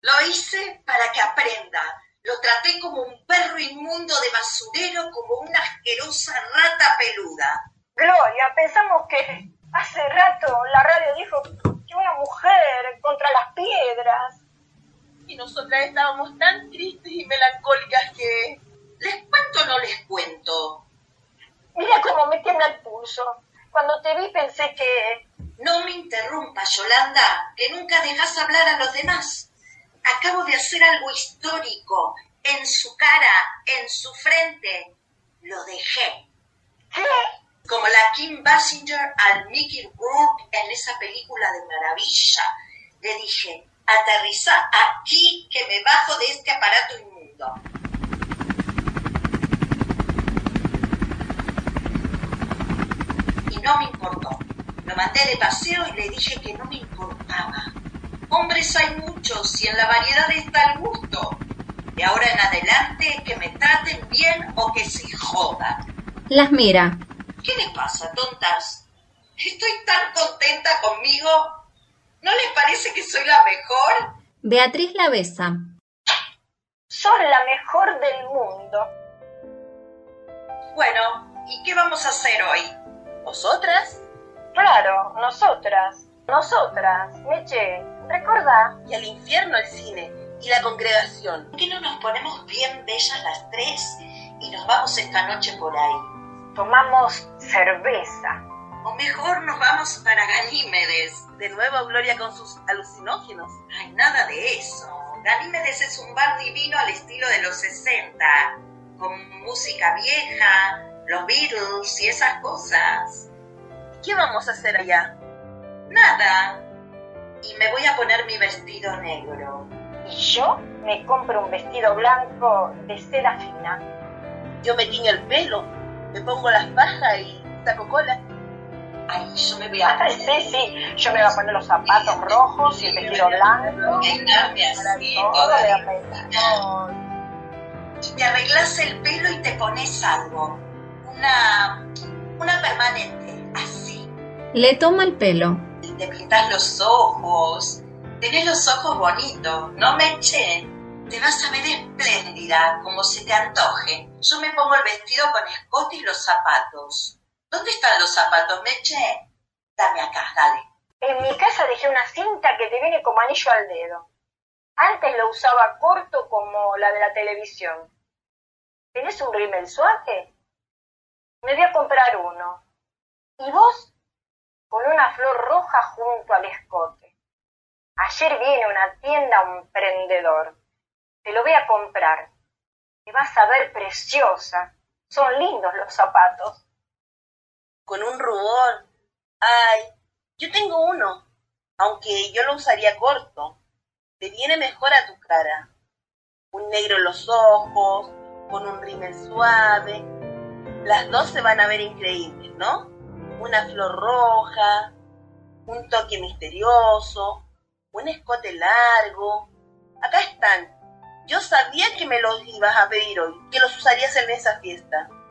Lo hice para que aprenda. Lo traté como un perro inmundo de basurero, como una asquerosa rata peluda. Gloria, pensamos que hace rato la radio dijo que una mujer contra las piedras. Y nosotras estábamos tan tristes y melancólicas que... ¿Les cuento o no les cuento? Mira cómo me tiembla el pulso. Cuando te vi pensé que... No me interrumpas, Yolanda, que nunca dejas hablar a los demás acabo de hacer algo histórico en su cara, en su frente. Lo dejé. ¿Qué? Como la Kim Basinger al Mickey Rourke en esa película de maravilla. Le dije, aterriza aquí que me bajo de este aparato inmundo. Y no me importó. Lo mandé de paseo y le dije que no me importaba hombres hay muchos y en la variedad está el gusto. De ahora en adelante que me traten bien o que se jodan. Las mira. ¿Qué les pasa, tontas? Estoy tan contenta conmigo. ¿No les parece que soy la mejor? Beatriz la besa. Soy la mejor del mundo. Bueno, ¿y qué vamos a hacer hoy? ¿Vosotras? Claro, nosotras. Nosotras, Meche, recordá. Y al infierno el cine y la congregación. ¿Por qué no nos ponemos bien bellas las tres y nos vamos esta noche por ahí? Tomamos cerveza. O mejor nos vamos para Ganímedes. De nuevo Gloria con sus alucinógenos. Ay, nada de eso. Ganímedes es un bar divino al estilo de los 60, con música vieja, los Beatles y esas cosas. ¿Qué vamos a hacer allá? Nada. Y me voy a poner mi vestido negro. Y yo me compro un vestido blanco de seda fina. Yo me tiño el pelo, me pongo las bajas y saco cola. Ay, yo me voy a poner... Ah, sí, sí, yo me voy a poner los zapatos rojos y el vestido blanco. Peinarme así, toda Y te arreglas el pelo y te pones algo. Una... una permanente, así. Le toma el pelo. Te pintas los ojos. Tenés los ojos bonitos, no me eché. Te vas a ver espléndida, como se te antoje. Yo me pongo el vestido con escote y los zapatos. ¿Dónde están los zapatos, Meche? Dame acá, dale. En mi casa dejé una cinta que te viene como anillo al dedo. Antes lo usaba corto como la de la televisión. ¿Tenés un rímel suave? Me voy a comprar uno. ¿Y vos? Con una flor roja junto al escote. Ayer viene una tienda un prendedor. Te lo voy a comprar. Te vas a ver preciosa. Son lindos los zapatos. Con un rubor. Ay, yo tengo uno, aunque yo lo usaría corto. Te viene mejor a tu cara. Un negro en los ojos, con un rímel suave. Las dos se van a ver increíbles, ¿no? Una flor roja, un toque misterioso, un escote largo. Acá están. Yo sabía que me los ibas a pedir hoy, que los usarías en esa fiesta.